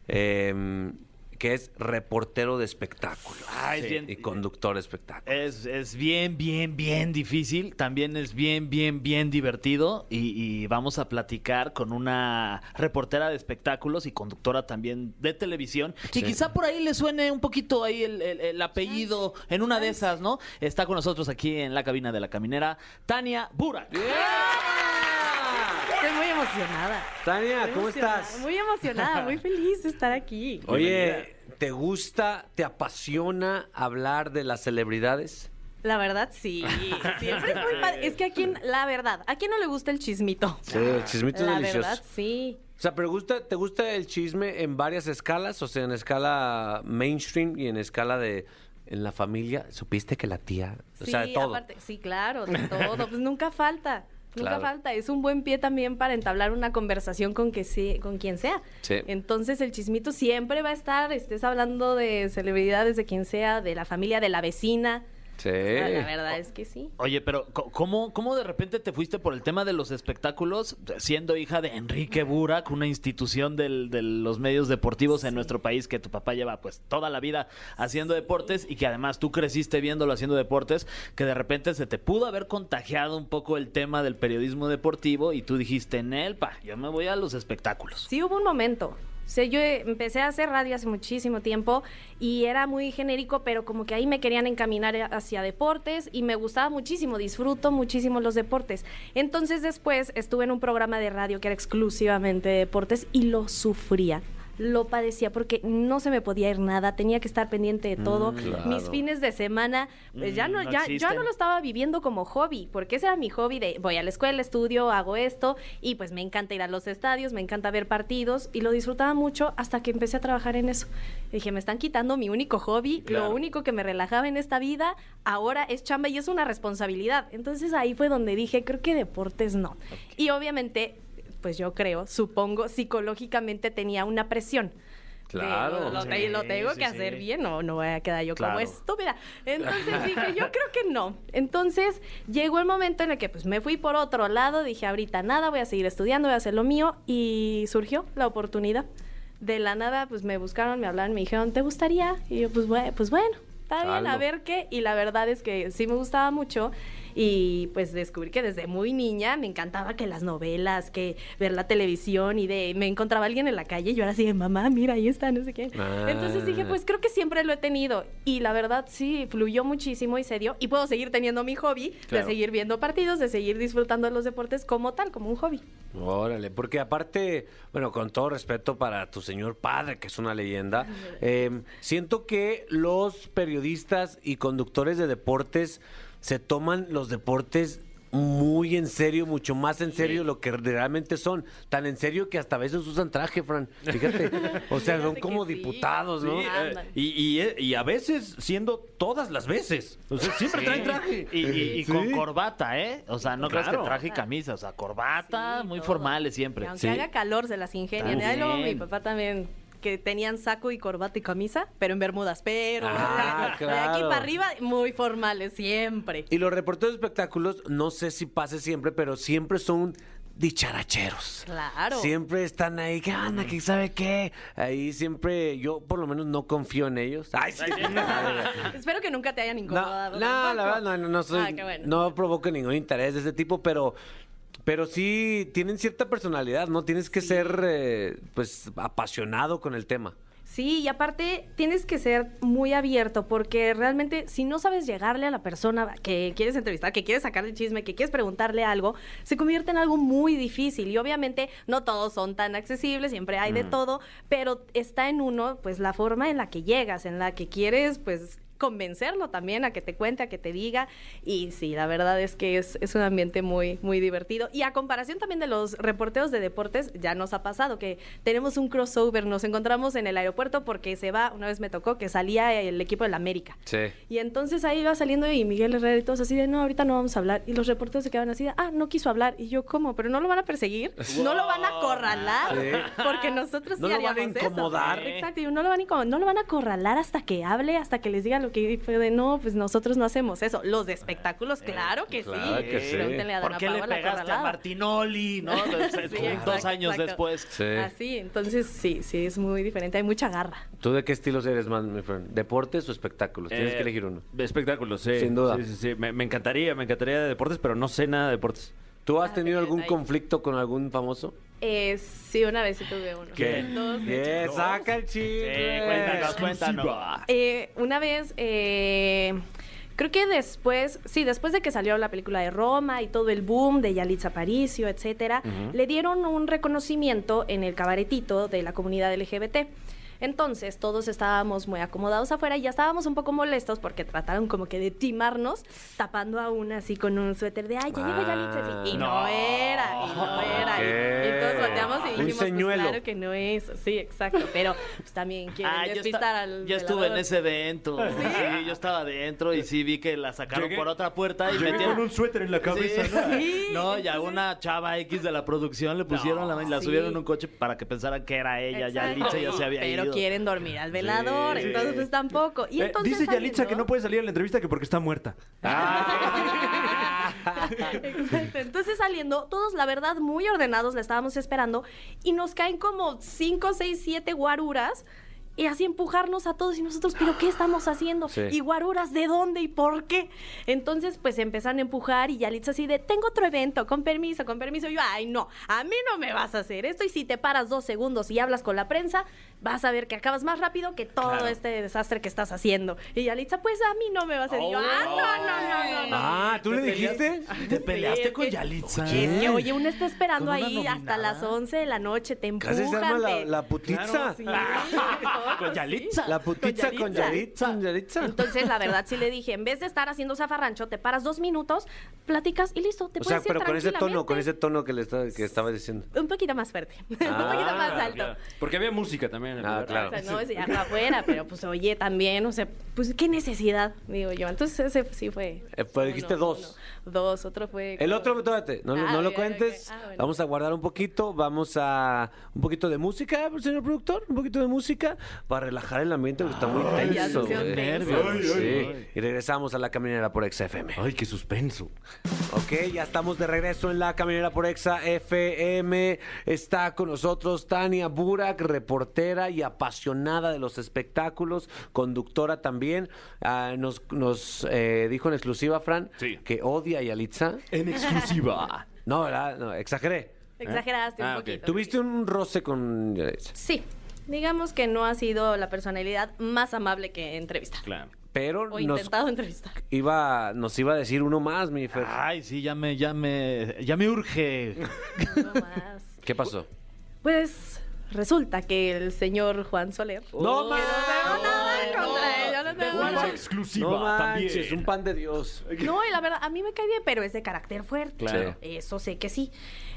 Speaker 4: Em,
Speaker 2: eh, que es reportero de espectáculos
Speaker 3: Ah, es bien-
Speaker 2: y conductor de
Speaker 4: Eh,
Speaker 2: espectáculos.
Speaker 3: Es, es bien, bien, bien difícil. También es bien, bien, bien divertido. Y, y vamos a platicar con una reportera de espectáculos y conductora también de televisión. Y quizá por ahí le suene un poquito ahí el, el- el apellido en una de esas, ¿no? Está con nosotros aquí en la cabina de la caminera, Tania Burak.
Speaker 9: Estoy muy emocionada.
Speaker 2: Tania,
Speaker 9: Estoy
Speaker 2: ¿cómo
Speaker 9: ¡Ah! emocionada,
Speaker 2: estás?
Speaker 9: Muy emocionada, muy feliz de estar aquí.
Speaker 2: Oye, ¿te gusta, te apasiona hablar de las celebridades?
Speaker 9: La verdad, sí. Siempre es muy padre. Es que a quién, la verdad, ¿a quién no le gusta el chismito?
Speaker 2: Sí, el chismito es
Speaker 9: Ah, la
Speaker 2: delicioso.
Speaker 9: verdad, sí.
Speaker 2: O sea, pero gusta, ¿te gusta el chisme en varias escalas? O sea, en escala mainstream y en escala de... En la familia, ¿supiste que la tía? O sea, de
Speaker 9: Sí,
Speaker 2: todo.
Speaker 9: aparte- sí, claro, de todo. Pues nunca falta. Nunca
Speaker 2: Claro.
Speaker 9: falta. Es un buen pie también para entablar una conversación con, que sí, con quien sea.
Speaker 2: Sí.
Speaker 9: Entonces el chismito siempre va a estar, estés hablando de celebridades, de quien sea, de la familia, de la vecina.
Speaker 2: Sí.
Speaker 9: Ah, La verdad es que sí.
Speaker 3: Eh. Oye, pero co- ¿cómo, ¿cómo de repente te fuiste por el tema de los espectáculos, siendo hija de Enrique Burak, una institución del- de los medios deportivos en nuestro país que tu papá lleva pues toda la vida haciendo deportes y que además tú creciste viéndolo haciendo deportes, que de repente se te pudo haber contagiado un poco el tema del periodismo deportivo y tú dijiste, Nelpa, yo me voy a los espectáculos.
Speaker 9: Sí hubo un momento. O sea, yo eh, empecé a hacer radio hace muchísimo tiempo y era muy genérico, pero como que ahí me querían encaminar a- hacia deportes y me gustaba muchísimo, disfruto muchísimo los deportes. Entonces después estuve en un programa de radio que era exclusivamente de deportes y lo sufría. Lo padecía porque no se me podía ir nada, tenía que estar pendiente de todo. Mis fines de semana, pues ya
Speaker 3: Mm,
Speaker 9: no,
Speaker 3: no
Speaker 9: ya, ya
Speaker 3: existen.
Speaker 9: no lo estaba viviendo como hobby, porque ese era mi hobby de voy a la escuela, estudio, hago esto, y pues me encanta ir a los estadios, me encanta ver partidos, y lo disfrutaba mucho hasta que empecé a trabajar en eso. Y dije, me están quitando mi único hobby, lo único que me relajaba en esta vida, ahora es chamba y es una responsabilidad. Entonces ahí fue donde dije, creo que deportes no. Y obviamente, pues yo creo, supongo, psicológicamente tenía una presión. de,
Speaker 2: Claro.
Speaker 9: lo, te- lo tengo que hacer bien, no, no voy a quedar yo
Speaker 3: Claro.
Speaker 9: como estúpida. Entonces dije, yo creo que no. Entonces llegó el momento en el que pues me fui por otro lado, dije, ahorita nada, voy a seguir estudiando, voy a hacer lo mío y surgió la oportunidad. De la nada pues me buscaron, me hablaron, me dijeron, ¿te gustaría? Y yo pues, bue- pues bueno, está bien, a
Speaker 2: Hazlo.
Speaker 9: ver qué. Y la verdad es que sí me gustaba mucho y pues descubrí que desde muy niña me encantaba que las novelas, que ver la televisión y de me encontraba alguien en la calle y yo era así de mamá, mira, ahí está, no sé qué.
Speaker 2: Ah.
Speaker 9: Entonces dije, pues creo que siempre lo he tenido. Y la verdad, sí, fluyó muchísimo y se dio. Y puedo seguir teniendo mi hobby
Speaker 2: Claro.
Speaker 9: de seguir viendo partidos, de seguir disfrutando de los deportes como tal, como un hobby.
Speaker 2: Órale, porque aparte, bueno, con todo respeto para tu señor padre, que es una leyenda, eh, siento que los periodistas y conductores de deportes se toman los deportes muy en serio, mucho más en serio de lo que realmente son. Tan en serio que hasta a veces usan traje, Fran. Fíjate.
Speaker 9: [laughs]
Speaker 2: O sea, son
Speaker 9: Fíjate
Speaker 2: como
Speaker 9: que sí.
Speaker 2: diputados, ¿no?
Speaker 4: Sí, eh,
Speaker 9: Ándale.
Speaker 4: y, y- y a veces siendo todas las veces. O sea, siempre traen traje.
Speaker 3: Y, y- y con corbata, ¿eh? O sea, no creas
Speaker 4: Claro.
Speaker 3: que traje y camisa, o sea, corbata,
Speaker 9: Sí,
Speaker 3: muy
Speaker 9: todo.
Speaker 3: formales
Speaker 9: Y
Speaker 3: siempre.
Speaker 9: aunque haga calor, se las ingenian. Y ahí luego mi
Speaker 3: También.
Speaker 9: papá también que tenían saco y corbata y camisa, pero en bermudas, pero
Speaker 2: Ah,
Speaker 9: [laughs] de aquí
Speaker 2: claro.
Speaker 9: para arriba muy formales siempre.
Speaker 2: Y los reporteros de espectáculos, no sé si pase siempre, pero siempre son dicharacheros.
Speaker 9: Claro.
Speaker 2: Siempre están ahí, ¿qué onda? ¿Qué sabe qué? Ahí siempre, yo por lo menos no confío en ellos. Ay, sí. [laughs]
Speaker 9: Espero que nunca te hayan
Speaker 2: No, no,
Speaker 9: incomodado.
Speaker 2: la
Speaker 9: tampoco.
Speaker 2: verdad, no, no, no soy-
Speaker 9: Ah, qué bueno.
Speaker 2: no provoca ningún interés de ese tipo, pero, pero sí tienen cierta personalidad, ¿no? Tienes que ser, eh, pues, apasionado con el tema.
Speaker 9: Sí, y aparte tienes que ser muy abierto porque realmente si no sabes llegarle a la persona que quieres entrevistar, que quieres sacarle chisme, que quieres preguntarle algo, se convierte en algo muy difícil y obviamente no todos son tan accesibles, siempre hay de todo, pero está en uno pues la forma en la que llegas, en la que quieres pues convencerlo también a que te cuente, a que te diga. Y sí, la verdad es que es, es un ambiente muy, muy divertido. Y a comparación también de los reporteos de deportes, ya nos ha pasado que tenemos un crossover, nos encontramos en el aeropuerto porque se va, una vez me tocó que salía el equipo del América.
Speaker 2: Sí.
Speaker 9: Y entonces ahí iba saliendo y Miguel Herrera y todos así de, no, ahorita no vamos a hablar. Y los reporteros se quedaban así de, ah, no quiso hablar. Y yo, ¿cómo? ¿Pero no lo van a perseguir? ¿No lo van a acorralar?
Speaker 2: Sí.
Speaker 9: Porque nosotros sí
Speaker 2: ¿No lo van a
Speaker 9: haríamos eso.
Speaker 2: incomodar?
Speaker 9: Exacto, y no lo, van a incomodar, no lo van a acorralar hasta que hable, hasta que les diga lo que fue de no, pues nosotros no hacemos eso. Los de
Speaker 2: Eh,
Speaker 9: espectáculos, claro que
Speaker 8: claro
Speaker 9: sí.
Speaker 8: que sí.
Speaker 9: Pregúntenle a
Speaker 3: ¿Por
Speaker 9: Dana
Speaker 3: qué le
Speaker 9: Paola
Speaker 3: pegaste a
Speaker 9: Corralada.
Speaker 3: Martinoli?
Speaker 9: [laughs]
Speaker 3: ¿no? eh,
Speaker 9: Sí,
Speaker 3: Dos
Speaker 9: exacto,
Speaker 3: años
Speaker 9: exacto.
Speaker 3: después.
Speaker 8: Sí.
Speaker 9: Así, entonces sí, sí, es muy diferente. Hay mucha garra.
Speaker 2: ¿Tú de qué estilos eres más, mi friend? ¿Deportes o espectáculos? Tienes
Speaker 4: Eh,
Speaker 2: que elegir uno.
Speaker 4: de Espectáculos, sí.
Speaker 2: Sin duda.
Speaker 4: Sí, sí, sí. Me, me encantaría, me encantaría de deportes, pero no sé nada de deportes.
Speaker 2: ¿Tú has
Speaker 9: Ah,
Speaker 2: tenido
Speaker 9: bien,
Speaker 2: algún
Speaker 9: ahí.
Speaker 2: conflicto con algún famoso?
Speaker 9: Eh, sí, una vez sí tuve uno. Dos, de hecho.
Speaker 2: Bien, saca el
Speaker 3: Eh,
Speaker 2: chiste.
Speaker 3: cuéntanos, cuéntanos.
Speaker 9: Eh, una vez, eh, creo que después, sí, después de que salió la película de Roma y todo el boom de Yalitza Aparicio, etcétera, le dieron un reconocimiento en el cabaretito de la comunidad LGBT. Entonces, todos estábamos muy acomodados afuera y ya estábamos un poco molestos porque trataron como que de timarnos, tapando a una así con un suéter de, ay, ya llegó Yalitza.
Speaker 2: Ah.
Speaker 9: así. Y no,
Speaker 3: No.
Speaker 9: era, y no era. Y, y todos volteamos y
Speaker 2: Un
Speaker 9: dijimos, pues,
Speaker 2: señuelo.
Speaker 9: claro que no es. Sí, exacto. Pero pues, también quieren
Speaker 3: Ah, yo,
Speaker 9: despistar
Speaker 3: esta-
Speaker 9: al
Speaker 3: yo estuve en
Speaker 9: velador.
Speaker 3: ese evento. ¿Sí? yo estaba adentro y sí vi que la sacaron
Speaker 4: Llegué-
Speaker 3: por otra puerta y metieron
Speaker 4: un suéter en la
Speaker 3: Sí. [laughs] no, y a una chava X de la producción le pusieron la, la
Speaker 9: sí.
Speaker 3: subieron en un coche para que pensaran que era ella, Yalitza ya se había
Speaker 9: Pero
Speaker 3: ido.
Speaker 9: quieren dormir al velador,
Speaker 3: Sí.
Speaker 9: entonces pues tampoco. Y entonces
Speaker 4: Eh, dice Yalitza
Speaker 9: saliendo-
Speaker 4: que no puede salir a la entrevista que porque está muerta.
Speaker 2: Ah,
Speaker 9: [laughs] Exacto. Entonces saliendo, todos la verdad muy ordenados, la estábamos esperando y nos caen como 5, 6, 7 guaruras y así empujarnos a todos y nosotros, pero ¿qué estamos haciendo?
Speaker 2: Sí.
Speaker 9: Y guaruras, ¿de dónde y por qué? Entonces pues empezaron a empujar y Yalitza así de, tengo otro evento, con permiso, con permiso. Y yo, ay no, a mí no me vas a hacer esto y si te paras dos segundos y hablas con la prensa, vas a ver que acabas más rápido que todo este desastre que estás haciendo. Y Yalitza, pues a mí no me vas a hacer. Y yo, ah, no, no, no, no, no.
Speaker 2: Ah, ¿tú le dijiste?
Speaker 3: ¿Te peleaste
Speaker 9: es
Speaker 3: con
Speaker 9: que-
Speaker 3: Yalitza?
Speaker 9: Es que, oye, [laughs] uno está esperando
Speaker 3: ¿Con una
Speaker 9: ahí hasta
Speaker 3: nominada?
Speaker 9: las 11 de la noche, te empujan.
Speaker 2: Casi se arma la,
Speaker 9: te-
Speaker 2: la putitza.
Speaker 9: Sí, no,
Speaker 3: [laughs] [laughs] Con Yalitza.
Speaker 2: La putitza con Yaritza. con Yaritza.
Speaker 9: Entonces, la verdad, sí le dije, en vez de estar haciendo zafarrancho, te paras dos minutos, platicas y listo, te
Speaker 2: O
Speaker 9: puedes
Speaker 2: sea,
Speaker 9: ir
Speaker 2: pero con ese tono, con ese
Speaker 9: tranquilamente.
Speaker 2: tono que le estaba, que estaba diciendo.
Speaker 9: Un poquito más fuerte, [laughs]
Speaker 2: Ah,
Speaker 9: un poquito más alto.
Speaker 4: Porque había música también. en el
Speaker 2: Ah,
Speaker 4: lugar.
Speaker 2: claro.
Speaker 9: O sea, no es ir afuera, pero pues oye, también, o sea, pues qué necesidad, digo yo. Entonces ese sí fue.
Speaker 2: Eh, pero dijiste dos.
Speaker 9: uno. dos, otro fue.
Speaker 2: El
Speaker 9: como-
Speaker 2: otro, espérate, no, lo-
Speaker 9: Ah,
Speaker 2: no lo
Speaker 9: ok, ok.
Speaker 2: cuentes.
Speaker 9: Ah, bueno.
Speaker 2: Vamos a guardar un poquito. Vamos a. Un poquito de música, señor productor. Un poquito de música para relajar el ambiente porque está muy
Speaker 9: ya
Speaker 2: tenso.
Speaker 9: se
Speaker 2: güey.
Speaker 9: siente tenso.
Speaker 2: Sí. Y regresamos a la caminera por Exa FM.
Speaker 4: Ay, qué suspenso.
Speaker 2: Ok, ya estamos de regreso en la caminera por Exa FM. Está con nosotros Tania Burak, reportera y apasionada de los espectáculos, conductora también. Ah, nos nos eh, dijo en exclusiva, Fran,
Speaker 4: Sí.
Speaker 2: que odia a Yalitza. Ah,
Speaker 4: En exclusiva.
Speaker 2: No, ¿verdad? No, exageré.
Speaker 9: Exageraste
Speaker 4: Ah,
Speaker 9: un
Speaker 4: ok.
Speaker 9: poquito.
Speaker 2: Tuviste un roce con Yalitza,
Speaker 9: Sí. Digamos que no ha sido la personalidad más amable que he entrevistado.
Speaker 4: Claro.
Speaker 2: pero nos
Speaker 9: O
Speaker 2: [laughs]
Speaker 9: intentado entrevistar.
Speaker 2: iba, nos iba a decir uno más, mi Fer.
Speaker 3: Ay, sí, ya me, ya me, ya me
Speaker 9: [laughs]
Speaker 3: urge.
Speaker 9: No más.
Speaker 2: ¿Qué pasó?
Speaker 9: Pues resulta que el señor Juan Soler.
Speaker 2: ¡No más!
Speaker 9: Oh. No tengo nada en contra de él, yo no tengo nada.
Speaker 4: exclusiva
Speaker 2: No manches, un pan de Dios.
Speaker 9: No, y la verdad, a mí me cae bien, pero es de carácter fuerte.
Speaker 2: Claro.
Speaker 9: Eso sé que sí.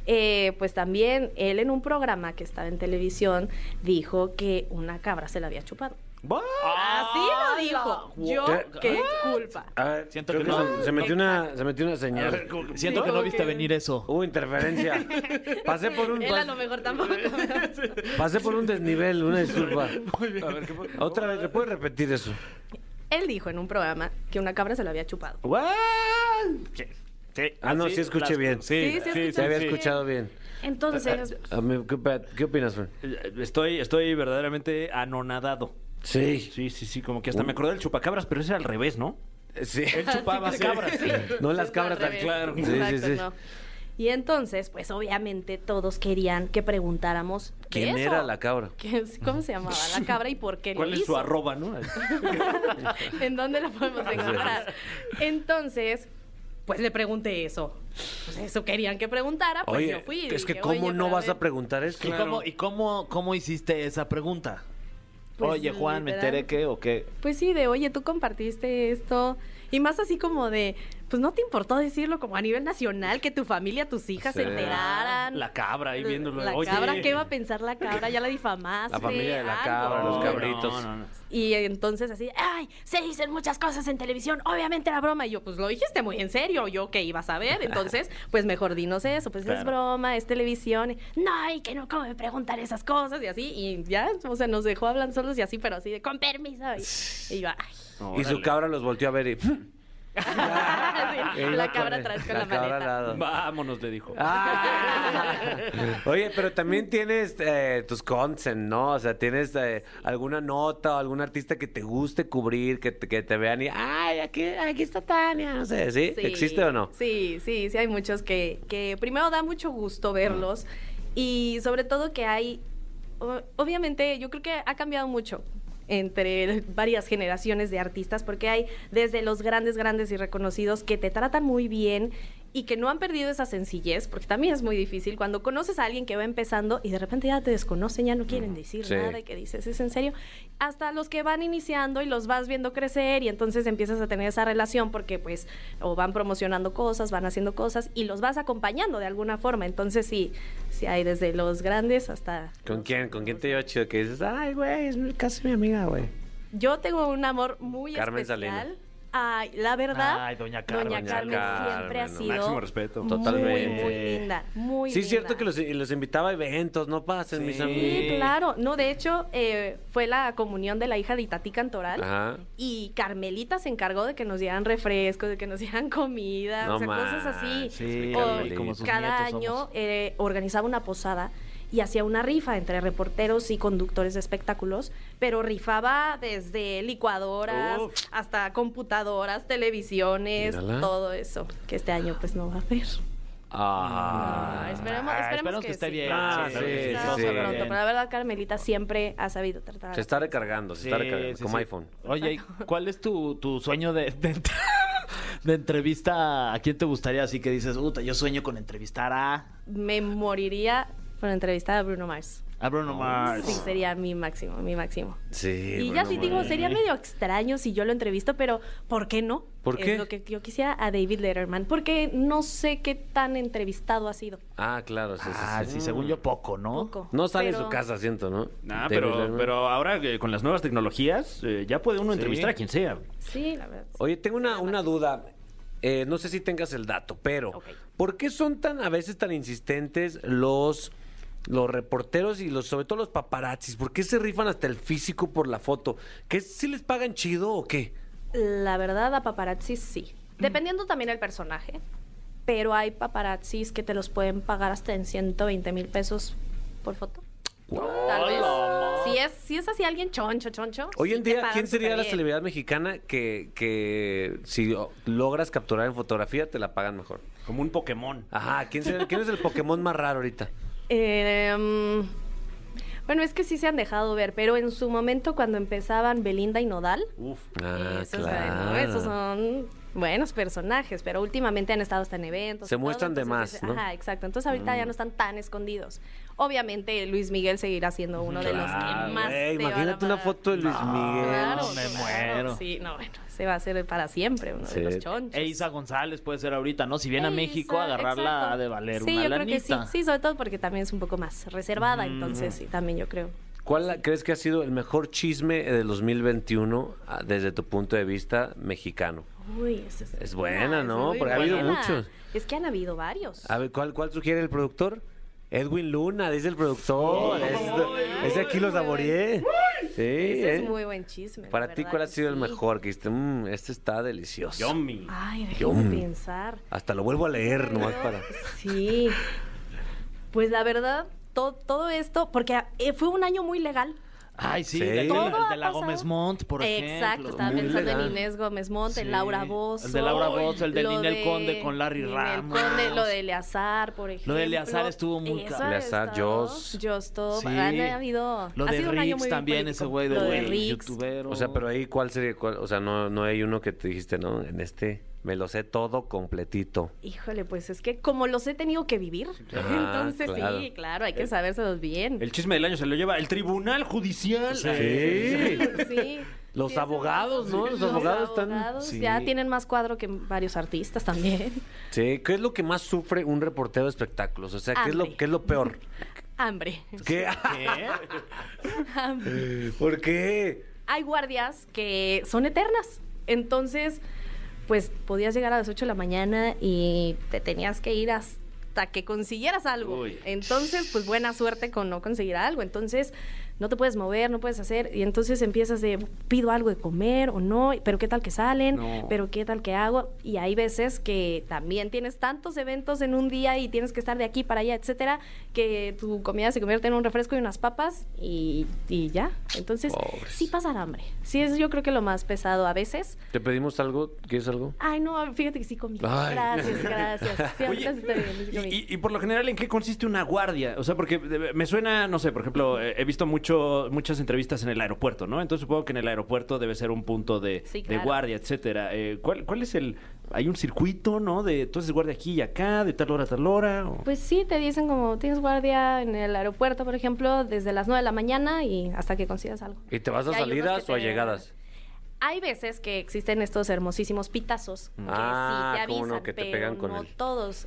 Speaker 9: Eh, pues también él en un programa que estaba en televisión dijo que una cabra se la había chupado. Así lo dijo. Yo,
Speaker 2: ¿Qué?
Speaker 9: qué culpa.
Speaker 2: A ver,
Speaker 3: Siento
Speaker 2: creo
Speaker 3: que no-
Speaker 2: se, se metió una, se metió una señal.
Speaker 3: Siento que no viste venir eso.
Speaker 2: Hubo
Speaker 9: [laughs]
Speaker 2: interferencia. Pasé por un
Speaker 9: Él a lo mejor
Speaker 2: [laughs]
Speaker 9: tampoco.
Speaker 2: pasé por un desnivel,
Speaker 9: [laughs]
Speaker 2: una disculpa. Otra vez, ¿le puedes repetir eso?
Speaker 9: Él dijo en un programa que una cabra se la había chupado.
Speaker 2: Ah, no, sí escuché bien.
Speaker 9: Sí, sí
Speaker 2: Se había escuchado bien.
Speaker 9: Entonces,
Speaker 2: A mí, ¿qué, pa- qué opinas, Fran?
Speaker 4: Eh, Estoy, estoy verdaderamente anonadado.
Speaker 2: Sí.
Speaker 4: Sí, sí, sí, como que hasta me acordé del chupacabras, pero ese era al revés, ¿no?
Speaker 9: [laughs]
Speaker 2: Sí.
Speaker 4: Él chupaba
Speaker 2: [laughs]
Speaker 4: cabras.
Speaker 2: No las
Speaker 9: al
Speaker 2: cabras tan
Speaker 9: revés.
Speaker 2: claro. Sí, sí,
Speaker 9: Exacto,
Speaker 2: sí.
Speaker 9: no. Y entonces, pues obviamente todos querían que preguntáramos de
Speaker 2: ¿Quién
Speaker 9: eso.
Speaker 2: era la cabra?
Speaker 9: [laughs] ¿Qué- ¿Cómo se llamaba la cabra y por qué lo
Speaker 4: ¿Cuál es su
Speaker 9: hizo?
Speaker 4: arroba, no?
Speaker 9: [laughs] ¿En dónde la podemos encontrar? Entonces, pues le pregunté eso. Pues eso querían que preguntara, pues yo
Speaker 2: Oye,
Speaker 9: fui. y
Speaker 2: es que
Speaker 9: dije,
Speaker 2: ¿cómo
Speaker 9: "Oye,
Speaker 2: no
Speaker 9: pero
Speaker 2: vas a
Speaker 9: ver".
Speaker 2: preguntar eso?
Speaker 3: ¿Y, cómo, ¿Y cómo, cómo hiciste esa pregunta?
Speaker 9: Pues,
Speaker 3: Oye, Juan, ¿me
Speaker 9: literal.
Speaker 3: enteré que o qué?
Speaker 9: Pues sí, de oye, tú compartiste esto. Y más así como de, pues no te importó decirlo como a nivel nacional, que tu familia, tus hijas se
Speaker 8: Sí.
Speaker 9: enteraran.
Speaker 4: La cabra ahí viéndolo.
Speaker 9: La
Speaker 4: Oye.
Speaker 9: cabra, ¿qué iba a pensar la cabra? Ya la difamaste.
Speaker 8: La familia de la
Speaker 9: algo.
Speaker 8: cabra, los cabritos.
Speaker 4: No, no, no.
Speaker 9: Y entonces así, ay, se dicen muchas cosas en televisión, obviamente era broma. Y yo, pues lo dijiste muy en serio, yo qué iba a saber. Entonces, [laughs] pues mejor dinos eso, pues es
Speaker 4: Claro.
Speaker 9: broma, es televisión. No, y que no, ¿cómo me preguntan esas cosas? Y así, y ya, o sea, nos dejó hablar solos y así, pero así de, con permiso. Y, y yo, ay. [laughs]
Speaker 2: Y su
Speaker 4: Órale.
Speaker 2: cabra los volteó a ver y...
Speaker 9: Ah,
Speaker 2: [laughs]
Speaker 9: Sí,
Speaker 2: Él
Speaker 9: la
Speaker 2: va
Speaker 9: cabra
Speaker 2: el-
Speaker 9: atrás con la,
Speaker 2: cabra
Speaker 9: maleta.
Speaker 2: al lado.
Speaker 4: Vámonos, le dijo.
Speaker 2: Ah. Oye, pero también tienes eh, tus consent, ¿no? O sea, tienes eh, alguna nota o algún artista que te guste cubrir, que te, que te vean y, ay, aquí, aquí está Tania, no sé, ¿sí?
Speaker 9: Sí.
Speaker 2: ¿Existe o no?
Speaker 9: Sí, sí, sí, hay muchos que, que primero da mucho gusto verlos y sobre todo que hay, o- obviamente yo creo que ha cambiado mucho entre varias generaciones de artistas porque hay desde los grandes, grandes y reconocidos que te tratan muy bien y que no han perdido esa sencillez, porque también es muy difícil cuando conoces a alguien que va empezando y de repente ya te desconocen, ya no quieren decir
Speaker 2: Sí.
Speaker 9: nada y que dices, ¿es en serio? Hasta los que van iniciando y los vas viendo crecer y entonces empiezas a tener esa relación porque pues o van promocionando cosas, van haciendo cosas y los vas acompañando de alguna forma. Entonces sí, sí hay desde los grandes hasta...
Speaker 2: ¿Con
Speaker 9: los-
Speaker 2: quién? ¿Con quién te lleva chido? Que dices, ay, güey, es mi- casi mi amiga, güey.
Speaker 9: Yo tengo un amor muy
Speaker 2: Carmen
Speaker 9: especial.
Speaker 2: Salinas.
Speaker 9: Ay, la verdad,
Speaker 3: Ay, doña Carmen.
Speaker 9: doña Carmen,
Speaker 2: Carmen,
Speaker 9: siempre ha
Speaker 2: no,
Speaker 9: sido
Speaker 4: máximo respeto.
Speaker 9: muy,
Speaker 2: Totalmente.
Speaker 9: muy linda, muy
Speaker 2: Sí, es cierto
Speaker 9: linda.
Speaker 2: que los, los invitaba a eventos, no pasen, mis
Speaker 9: Sí,
Speaker 2: amigos.
Speaker 9: claro. No, de hecho, eh, fue la comunión de la hija de Itatí Cantoral.
Speaker 2: Ajá.
Speaker 9: Y Carmelita se encargó de que nos dieran refrescos, de que nos dieran comida,
Speaker 2: No
Speaker 9: o sea, cosas así.
Speaker 2: manches, mi
Speaker 9: O
Speaker 2: Carmelita.
Speaker 3: como sus
Speaker 9: cada
Speaker 3: nietos somos.
Speaker 9: año eh, organizaba una posada y hacía una rifa entre reporteros y conductores de espectáculos, pero rifaba desde licuadoras
Speaker 4: Uf.
Speaker 9: hasta computadoras, televisiones,
Speaker 2: Mírala.
Speaker 9: todo eso, que este año pues no va a haber.
Speaker 2: Ah.
Speaker 3: Ah,
Speaker 9: Esperemos, esperemos
Speaker 3: esperemos
Speaker 9: que,
Speaker 3: que esté
Speaker 9: sí.
Speaker 3: bien.
Speaker 2: Ah, sí, sí,
Speaker 9: Está
Speaker 2: sí,
Speaker 9: pronto,
Speaker 2: sí.
Speaker 9: Pero la verdad, Carmelita siempre ha sabido tratar. a
Speaker 2: Se
Speaker 9: la
Speaker 2: está recargando, se está recargando,
Speaker 3: Sí, sí,
Speaker 2: como
Speaker 3: sí.
Speaker 2: iPhone.
Speaker 3: Oye, ¿y ¿cuál es tu, tu sueño de, de ent- [laughs] de entrevista? ¿A quién te gustaría? Así que dices, puta, yo sueño con entrevistar a,
Speaker 9: me moriría por entrevistar a Bruno Mars.
Speaker 3: a Bruno Mars.
Speaker 9: Sí, sería mi máximo, mi máximo.
Speaker 2: Sí.
Speaker 9: y
Speaker 2: Bruno
Speaker 9: ya sí digo,
Speaker 2: Mars.
Speaker 9: sería medio extraño si yo lo entrevisto, pero ¿por qué no?
Speaker 2: ¿Por qué?
Speaker 9: Es lo que yo quisiera a David Letterman, porque no sé qué tan entrevistado ha sido.
Speaker 2: Ah, claro, sí, sí.
Speaker 3: Ah,
Speaker 2: sí.
Speaker 3: sí, según yo, poco, ¿no?
Speaker 9: Poco.
Speaker 2: No sale de
Speaker 9: Pero-
Speaker 2: su casa, siento, ¿no?
Speaker 4: Nah,
Speaker 2: David
Speaker 4: Ah, pero,
Speaker 2: Letterman.
Speaker 4: pero ahora eh, con las nuevas tecnologías eh, ya puede uno entrevistar a quien sea.
Speaker 9: Sí, la verdad.
Speaker 2: Oye, tengo una, una duda. Eh, no sé si tengas el dato, pero
Speaker 9: Ok.
Speaker 2: ¿por qué son tan a veces tan insistentes los los reporteros y los sobre todo los paparazzis? ¿Por qué se rifan hasta el físico por la foto? ¿Qué si les pagan chido o qué?
Speaker 9: La verdad, a paparazzis sí. Dependiendo también el personaje. Pero hay paparazzis que te los pueden pagar hasta en 120 mil pesos por foto. Tal vez. Si es, si es así alguien choncho, choncho.
Speaker 2: Hoy
Speaker 9: sí
Speaker 2: en
Speaker 9: te
Speaker 2: día,
Speaker 9: pagan
Speaker 2: ¿quién sería la
Speaker 9: superbién.
Speaker 2: celebridad mexicana que, que si o- logras capturar en fotografía te la pagan mejor?
Speaker 4: Como un Pokémon.
Speaker 2: Ajá, ¿quién, sería- quién es el Pokémon más raro ahorita?
Speaker 9: Eh, mm, bueno, es que sí se han dejado ver, pero en su momento cuando empezaban Belinda y Nodal,
Speaker 4: Uf.
Speaker 2: Ah,
Speaker 9: esos, bueno, esos son buenos personajes, pero últimamente han estado hasta en eventos.
Speaker 2: Se
Speaker 9: y todo,
Speaker 2: muestran de
Speaker 9: entonces
Speaker 2: más,
Speaker 9: dices,
Speaker 2: ¿no? Mm.
Speaker 9: Ajá, exacto. Entonces ahorita ya no están tan escondidos. Obviamente Luis Miguel seguirá siendo uno de los
Speaker 2: Mm, Claro,
Speaker 9: que más...
Speaker 2: güey,
Speaker 9: te van a
Speaker 2: imagínate una
Speaker 9: pagar.
Speaker 2: foto de Luis Miguel.
Speaker 9: Claro,
Speaker 3: me
Speaker 9: claro,
Speaker 3: muero.
Speaker 9: Sí, no, bueno, se va a ser para siempre uno
Speaker 2: Sí.
Speaker 9: de los chonchos.
Speaker 3: E Isa González puede ser ahorita, ¿no? Si viene a
Speaker 9: Ey,
Speaker 3: México,
Speaker 9: sa-
Speaker 3: agarrarla
Speaker 9: exacto.
Speaker 3: ha de valer
Speaker 9: Sí,
Speaker 3: una
Speaker 9: yo creo que sí.
Speaker 3: lanita.
Speaker 9: Sí, sobre todo porque también es un poco más
Speaker 2: Mm.
Speaker 9: reservada, entonces sí, también yo creo.
Speaker 2: ¿Cuál la- crees que ha sido el mejor chisme del 2021 ah, desde tu punto de vista mexicano?
Speaker 9: Uy, esa es,
Speaker 2: Es buena,
Speaker 9: es
Speaker 2: ¿no?
Speaker 9: muy
Speaker 2: Porque ha habido
Speaker 9: buena.
Speaker 2: muchos. Ah,
Speaker 9: Es que han habido varios.
Speaker 2: A ver, ¿cuál, cuál sugiere el productor? Edwin Luna, dice el productor. es, es de aquí lo saboreé. Sí,
Speaker 9: Ese es
Speaker 2: ¿eh?
Speaker 9: muy buen chisme. la
Speaker 2: Para ti,
Speaker 9: verdad
Speaker 2: ¿cuál ha
Speaker 9: que
Speaker 2: sido el
Speaker 9: sí.
Speaker 2: mejor? Que dijiste, "Mm, este está delicioso.
Speaker 4: Yomi.
Speaker 9: Ay,
Speaker 2: Yum.
Speaker 9: déjame pensar.
Speaker 2: Hasta lo vuelvo a leer nomás
Speaker 9: Pero-
Speaker 2: para...
Speaker 9: Sí. Pues la verdad, to- todo esto, porque eh, fue un año muy legal.
Speaker 3: Ay, sí,
Speaker 2: Sí.
Speaker 3: el de,
Speaker 2: Todo
Speaker 3: el de
Speaker 9: ha
Speaker 3: la
Speaker 9: pasado.
Speaker 3: Gómez Montt, por
Speaker 9: Exacto,
Speaker 3: ejemplo.
Speaker 9: estaba
Speaker 2: Muy
Speaker 9: pensando
Speaker 2: legal.
Speaker 9: en Inés Gómez Montt,
Speaker 3: Sí.
Speaker 9: en Laura Bozo.
Speaker 3: El de Laura Bozzo, el de Ninel Conde con Larry Ramos.
Speaker 9: Conde, lo de Eleazar, por ejemplo.
Speaker 3: de Eleazar estuvo muy
Speaker 9: Eso
Speaker 3: cabrón.
Speaker 9: ha
Speaker 2: Eleazar,
Speaker 9: estado-
Speaker 2: Joss.
Speaker 9: Joss, todo.
Speaker 3: Sí.
Speaker 9: Han habido.
Speaker 3: Lo
Speaker 9: ha
Speaker 3: de
Speaker 9: sido un año
Speaker 3: Rix
Speaker 9: muy
Speaker 3: también,
Speaker 9: político.
Speaker 3: ese güey de
Speaker 9: Lo de
Speaker 3: güey,
Speaker 9: Rix.
Speaker 3: youtubero.
Speaker 2: O sea, pero ahí, ¿cuál sería? cuál? O sea, no, no hay uno que te dijiste, ¿no? En este me lo sé todo completito.
Speaker 9: Híjole, pues es que como los he tenido que vivir, [laughs]
Speaker 2: claro.
Speaker 9: entonces
Speaker 2: Ah, claro.
Speaker 9: sí, claro, hay
Speaker 3: Eh,
Speaker 9: que [laughs] sabérselos bien.
Speaker 4: El chisme del año se lo lleva el Tribunal Judicial.
Speaker 2: Sí.
Speaker 9: Sí,
Speaker 8: Los
Speaker 9: Sí, eso-
Speaker 8: abogados, ¿no? Los, abogados, están.
Speaker 9: abogados
Speaker 2: sí.
Speaker 9: Ya tienen más cuadro que varios artistas también. [laughs]
Speaker 2: Sí, ¿qué es lo que más sufre un reportero de espectáculos? O sea, ¿qué es lo,
Speaker 9: Hambre.
Speaker 2: qué es lo
Speaker 9: [laughs]
Speaker 2: peor?
Speaker 9: Hambre.
Speaker 2: ¿Qué?
Speaker 9: Hambre.
Speaker 2: ¿Por qué?
Speaker 9: Hay guardias que son eternas. Entonces, pues podías llegar a las 8 de la mañana y te tenías que ir hasta que consiguieras algo.
Speaker 4: Uy.
Speaker 9: Entonces, pues buena suerte con no conseguir algo. Entonces, no te puedes mover, no puedes hacer. Y entonces empiezas de, pido algo de comer o no, pero qué tal que salen,
Speaker 4: No.
Speaker 9: pero qué tal que hago. Y hay veces que también tienes tantos eventos en un día y tienes que estar de aquí para allá, etcétera, que tu comida se convierte en un refresco y unas papas y, y ya. Entonces,
Speaker 2: Pobres.
Speaker 9: sí pasar hambre. Sí, es yo creo que lo más pesado a veces.
Speaker 2: ¿Te pedimos algo? ¿Quieres algo?
Speaker 9: Ay, no, fíjate que sí comí.
Speaker 2: Ay.
Speaker 4: [laughs]
Speaker 9: Gracias, gracias. Sí, ahorita sí está bien, sí
Speaker 4: y,
Speaker 9: comí.
Speaker 4: y- y por lo general, ¿en qué consiste una guardia? O sea, porque de- me suena, no sé, por ejemplo, eh, he visto mucho, muchas entrevistas en el aeropuerto, ¿no? Entonces supongo que en el aeropuerto debe ser un punto de,
Speaker 9: Sí,
Speaker 4: de
Speaker 9: claro.
Speaker 4: guardia, etcétera. Eh, ¿cuál, ¿Cuál es el...? ¿Hay un circuito, no? De, tú haces guardia aquí y acá, de tal hora a tal hora. o-
Speaker 9: Pues sí, te dicen como tienes guardia en el aeropuerto, por ejemplo, desde las 9 de la mañana y hasta que consigas algo.
Speaker 2: ¿Y te vas a
Speaker 9: Y hay unos
Speaker 2: salidas
Speaker 9: que
Speaker 2: o a
Speaker 9: te-
Speaker 2: llegadas?
Speaker 9: Hay veces que existen estos hermosísimos pitazos que
Speaker 2: Ah,
Speaker 9: sí te
Speaker 2: cómo
Speaker 9: avisan,
Speaker 2: no, que te
Speaker 9: pero
Speaker 2: pegan con
Speaker 9: no
Speaker 2: el- [laughs]
Speaker 9: todos.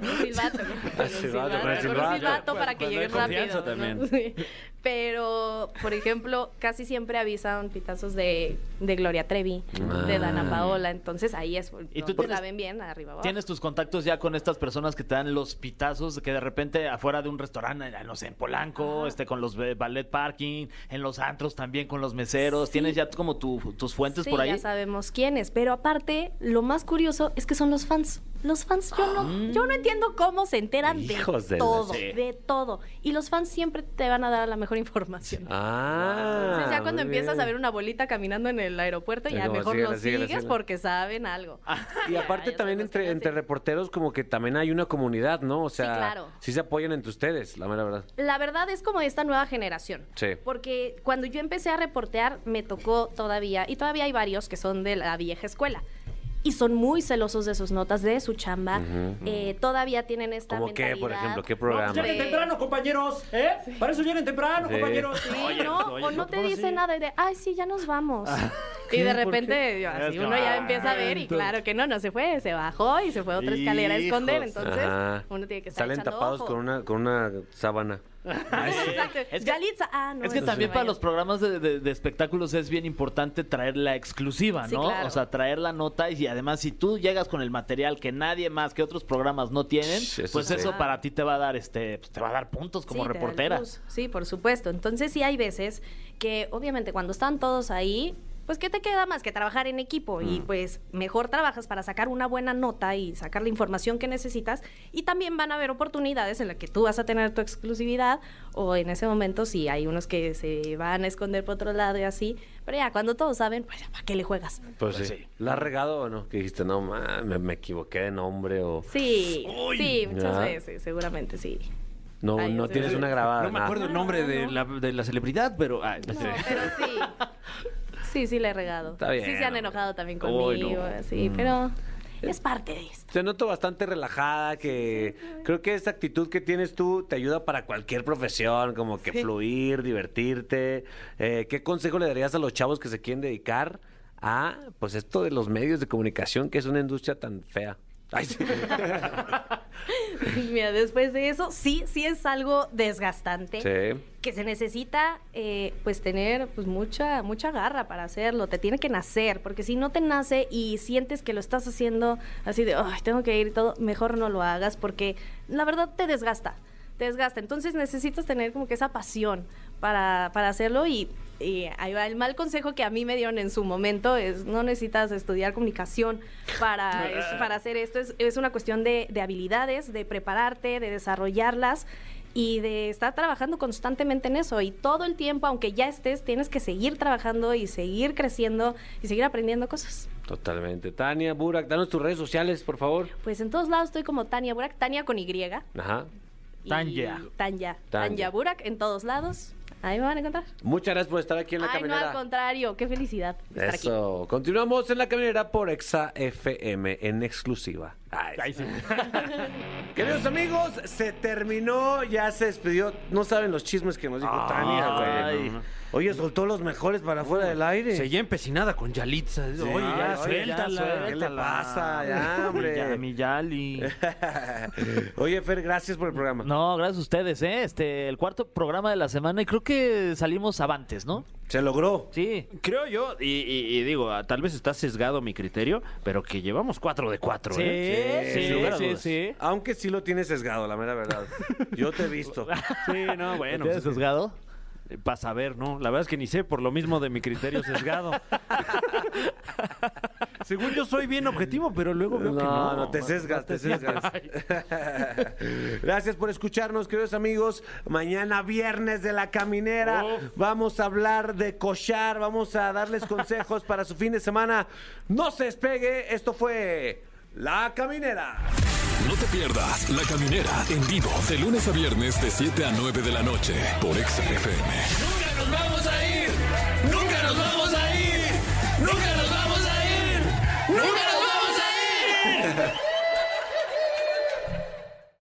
Speaker 9: Un silbato, ¿no? Con un
Speaker 2: Ah, silbato,
Speaker 9: silbato,
Speaker 2: con el
Speaker 9: con un
Speaker 2: silbato.
Speaker 9: silbato para
Speaker 4: Cuando
Speaker 9: que
Speaker 4: hay
Speaker 9: llegues
Speaker 4: confianza
Speaker 9: rápido. ¿no?
Speaker 4: también.
Speaker 9: Sí. Pero, por ejemplo, casi siempre avisan pitazos de, de Gloria Trevi, de
Speaker 2: Ah.
Speaker 9: Dana Paola, entonces ahí es,
Speaker 3: ¿Y
Speaker 9: no
Speaker 3: tú
Speaker 9: te
Speaker 3: tienes-
Speaker 9: la ven bien arriba abajo.
Speaker 3: ¿Tienes tus contactos ya con estas personas que te dan los pitazos que de repente afuera de un restaurante, eh, no sé, en Polanco, este, con los ba- ballet parking, en los antros también con los meseros? ¿Tienes ya como tu- tus fuentes
Speaker 9: Sí,
Speaker 3: por ahí?
Speaker 9: ya sabemos quiénes. Pero aparte, lo más curioso es que son los fans. Los fans, yo
Speaker 3: Ah.
Speaker 9: no, yo no entiendo cómo se enteran
Speaker 2: Hijos de
Speaker 9: de
Speaker 2: la-
Speaker 9: todo,
Speaker 2: sí.
Speaker 9: de todo. Y los fans siempre te van a dar la mejor información.
Speaker 2: Ah.
Speaker 9: Entonces, ya cuando
Speaker 2: muy bien.
Speaker 9: empiezas a ver una bolita caminando en el aeropuerto,
Speaker 2: Es
Speaker 9: ya
Speaker 2: como,
Speaker 9: mejor
Speaker 2: síguela,
Speaker 9: lo
Speaker 2: síguela,
Speaker 9: sigues
Speaker 2: síguela.
Speaker 9: porque saben algo.
Speaker 2: Y
Speaker 9: Ya,
Speaker 2: aparte
Speaker 9: ya
Speaker 2: también
Speaker 9: sabemos
Speaker 2: entre,
Speaker 9: quién
Speaker 2: entre
Speaker 9: hace.
Speaker 2: reporteros como que también hay una comunidad, ¿no? O sea,
Speaker 9: claro.
Speaker 2: sí se apoyan entre ustedes, la mera verdad.
Speaker 9: La verdad es como esta nueva generación.
Speaker 2: Sí.
Speaker 9: Porque cuando yo empecé a reportear, me tocó todavía, y todavía hay varios que son de la vieja escuela. Y son muy celosos de sus notas, de su chamba. Eh, todavía tienen esta
Speaker 2: ¿Cómo qué, por
Speaker 9: mentalidad.
Speaker 2: ejemplo? ¿Qué programa?
Speaker 9: pues lleguen temprano,
Speaker 4: compañeros! ¿Eh? Para eso lleguen temprano,
Speaker 2: Sí. compañeros.
Speaker 9: Sí, no,
Speaker 4: pues,
Speaker 9: o no te dicen nada de, ay, sí, ya nos vamos. y de repente, yo, así,
Speaker 4: Es
Speaker 9: uno ya empieza a ver, y claro que no, no se fue, se bajó y se fue a otra escalera a esconder.
Speaker 3: Hijos.
Speaker 9: Entonces,
Speaker 2: Ajá.
Speaker 9: uno tiene que estar
Speaker 2: Salen
Speaker 9: echando
Speaker 2: tapados
Speaker 9: ojo.
Speaker 2: con una con una sábana.
Speaker 9: [laughs] Exacto.
Speaker 3: Es que-
Speaker 9: Yalitza, ah, no.
Speaker 3: es que
Speaker 9: ese
Speaker 3: también
Speaker 9: no
Speaker 3: para
Speaker 9: era.
Speaker 3: los programas de, de- de espectáculos es bien importante traer la exclusiva,
Speaker 9: Sí,
Speaker 3: ¿no?
Speaker 9: claro.
Speaker 3: O sea, traer la nota y además si tú llegas con el material que nadie más, que otros programas no tienen,
Speaker 2: Eso
Speaker 3: pues
Speaker 2: sí.
Speaker 3: eso para ti te va a dar este, pues, te va a dar puntos como
Speaker 9: Sí, te da el
Speaker 3: reportera.
Speaker 9: plus. Sí, por supuesto. Entonces sí hay veces que obviamente cuando están todos ahí, pues ¿qué te queda más que trabajar en equipo? Y pues mejor trabajas para sacar una buena nota y sacar la información que necesitas. Y también van a haber oportunidades en las que tú vas a tener tu exclusividad o en ese momento sí hay unos que se van a esconder por otro lado y así. Pero ya cuando todos saben, pues ya, ¿para qué le juegas?
Speaker 2: Pues, sí. ¿La has regado o no? Que dijiste, no, ma, me, me equivoqué de nombre o...
Speaker 9: Sí, sí, muchas
Speaker 2: Ya.
Speaker 9: veces, seguramente sí.
Speaker 2: No,
Speaker 9: Ay,
Speaker 2: no
Speaker 9: sí,
Speaker 2: tienes
Speaker 9: sí.
Speaker 2: una grabada.
Speaker 4: No me
Speaker 2: nada.
Speaker 4: acuerdo el nombre de la, de la celebridad,
Speaker 2: [laughs]
Speaker 4: pero... ah,
Speaker 9: No, pero sí. Sí, sí, le he regado.
Speaker 2: Está bien,
Speaker 9: Sí, se han
Speaker 2: hombre. Mm.
Speaker 9: enojado también
Speaker 4: Uy, no.
Speaker 9: conmigo, así, pero es parte de esto.
Speaker 2: Te noto bastante relajada, que creo que esta actitud que tienes tú te ayuda para cualquier profesión, como que fluir, divertirte. Eh, ¿Qué consejo le darías a los chavos que se quieren dedicar a pues esto de los medios de comunicación, que es una industria tan fea? Ay, sí.
Speaker 9: [laughs] Mira, después de eso, sí, sí es algo desgastante.
Speaker 2: Sí.
Speaker 9: Que se necesita, eh, pues, tener pues mucha, mucha garra para hacerlo. Te tiene que nacer, porque si no te nace y sientes que lo estás haciendo así de, ay, tengo que ir y todo, mejor no lo hagas, porque la verdad te desgasta. Te desgasta. Entonces necesitas tener como que esa pasión para, para hacerlo y, y ahí va el mal consejo que a mí me dieron en su momento es no necesitas estudiar comunicación para, es- para hacer esto. Es, es una cuestión de, de habilidades, de prepararte, de desarrollarlas y de estar trabajando constantemente en eso. Y todo el tiempo, aunque ya estés, tienes que seguir trabajando y seguir creciendo y seguir aprendiendo cosas.
Speaker 2: Totalmente. Tania, Burak, danos tus redes sociales, por favor.
Speaker 9: Pues en todos lados estoy como Tania Burak, Tania con Y. y
Speaker 2: Ajá.
Speaker 3: Tanya.
Speaker 9: Tanya.
Speaker 2: Tanya.
Speaker 9: Tanya Burak, en todos lados. Ahí me van a encontrar.
Speaker 2: Muchas gracias por estar aquí en la
Speaker 9: Ay, no,
Speaker 2: caminera.
Speaker 9: al contrario, qué felicidad estar aquí.
Speaker 2: Eso. Continuamos en la caminera por Exa FM en exclusiva.
Speaker 4: Ay, sí.
Speaker 2: Queridos amigos, se terminó, ya se despidió. No saben los chismes que nos dijo Tania,
Speaker 3: Ay.
Speaker 2: güey. Oye, soltó los mejores para fuera del aire.
Speaker 4: Seguía empecinada con Yalitza. Oye, ya,
Speaker 2: Ay, oye, ya,
Speaker 4: suéltala.
Speaker 2: ¿Qué le pasa? Ya,
Speaker 3: Mi ya-
Speaker 2: Ah, hombre. [laughs]
Speaker 3: mi Yali.
Speaker 2: Oye, Fer, gracias por el programa.
Speaker 3: No, gracias a ustedes, ¿eh? Este, el cuarto programa de la semana y creo que salimos avantes, ¿no?
Speaker 2: Se logró.
Speaker 3: Sí.
Speaker 4: Creo yo, y, y- y digo, ah, tal vez está sesgado mi criterio, pero que llevamos cuatro de cuatro, ¿eh?
Speaker 3: Sí,
Speaker 4: Sin lugar a
Speaker 3: sí,
Speaker 4: dudas.
Speaker 3: sí.
Speaker 2: Aunque sí lo tienes sesgado, la mera verdad. Yo te he visto.
Speaker 4: [laughs] Sí, no, bueno.
Speaker 3: ¿Te has juzgado?
Speaker 4: Para saber, ¿no? La verdad es que ni sé, por lo mismo de mi criterio
Speaker 3: [laughs]
Speaker 4: sesgado. Según yo soy bien objetivo, pero luego veo
Speaker 2: No,
Speaker 4: que no.
Speaker 2: no, te sesgas, te sesgas. [laughs] Gracias por escucharnos, queridos amigos. Mañana viernes de la caminera vamos a hablar de cochar, vamos a
Speaker 4: [laughs]
Speaker 2: darles consejos para su fin de semana. No se despegue, esto fue La Caminera.
Speaker 1: No te pierdas La Caminera en vivo de lunes a viernes de 7 a 9 de la noche por Exa FM.
Speaker 10: Nunca nos vamos a ir. Nunca nos vamos.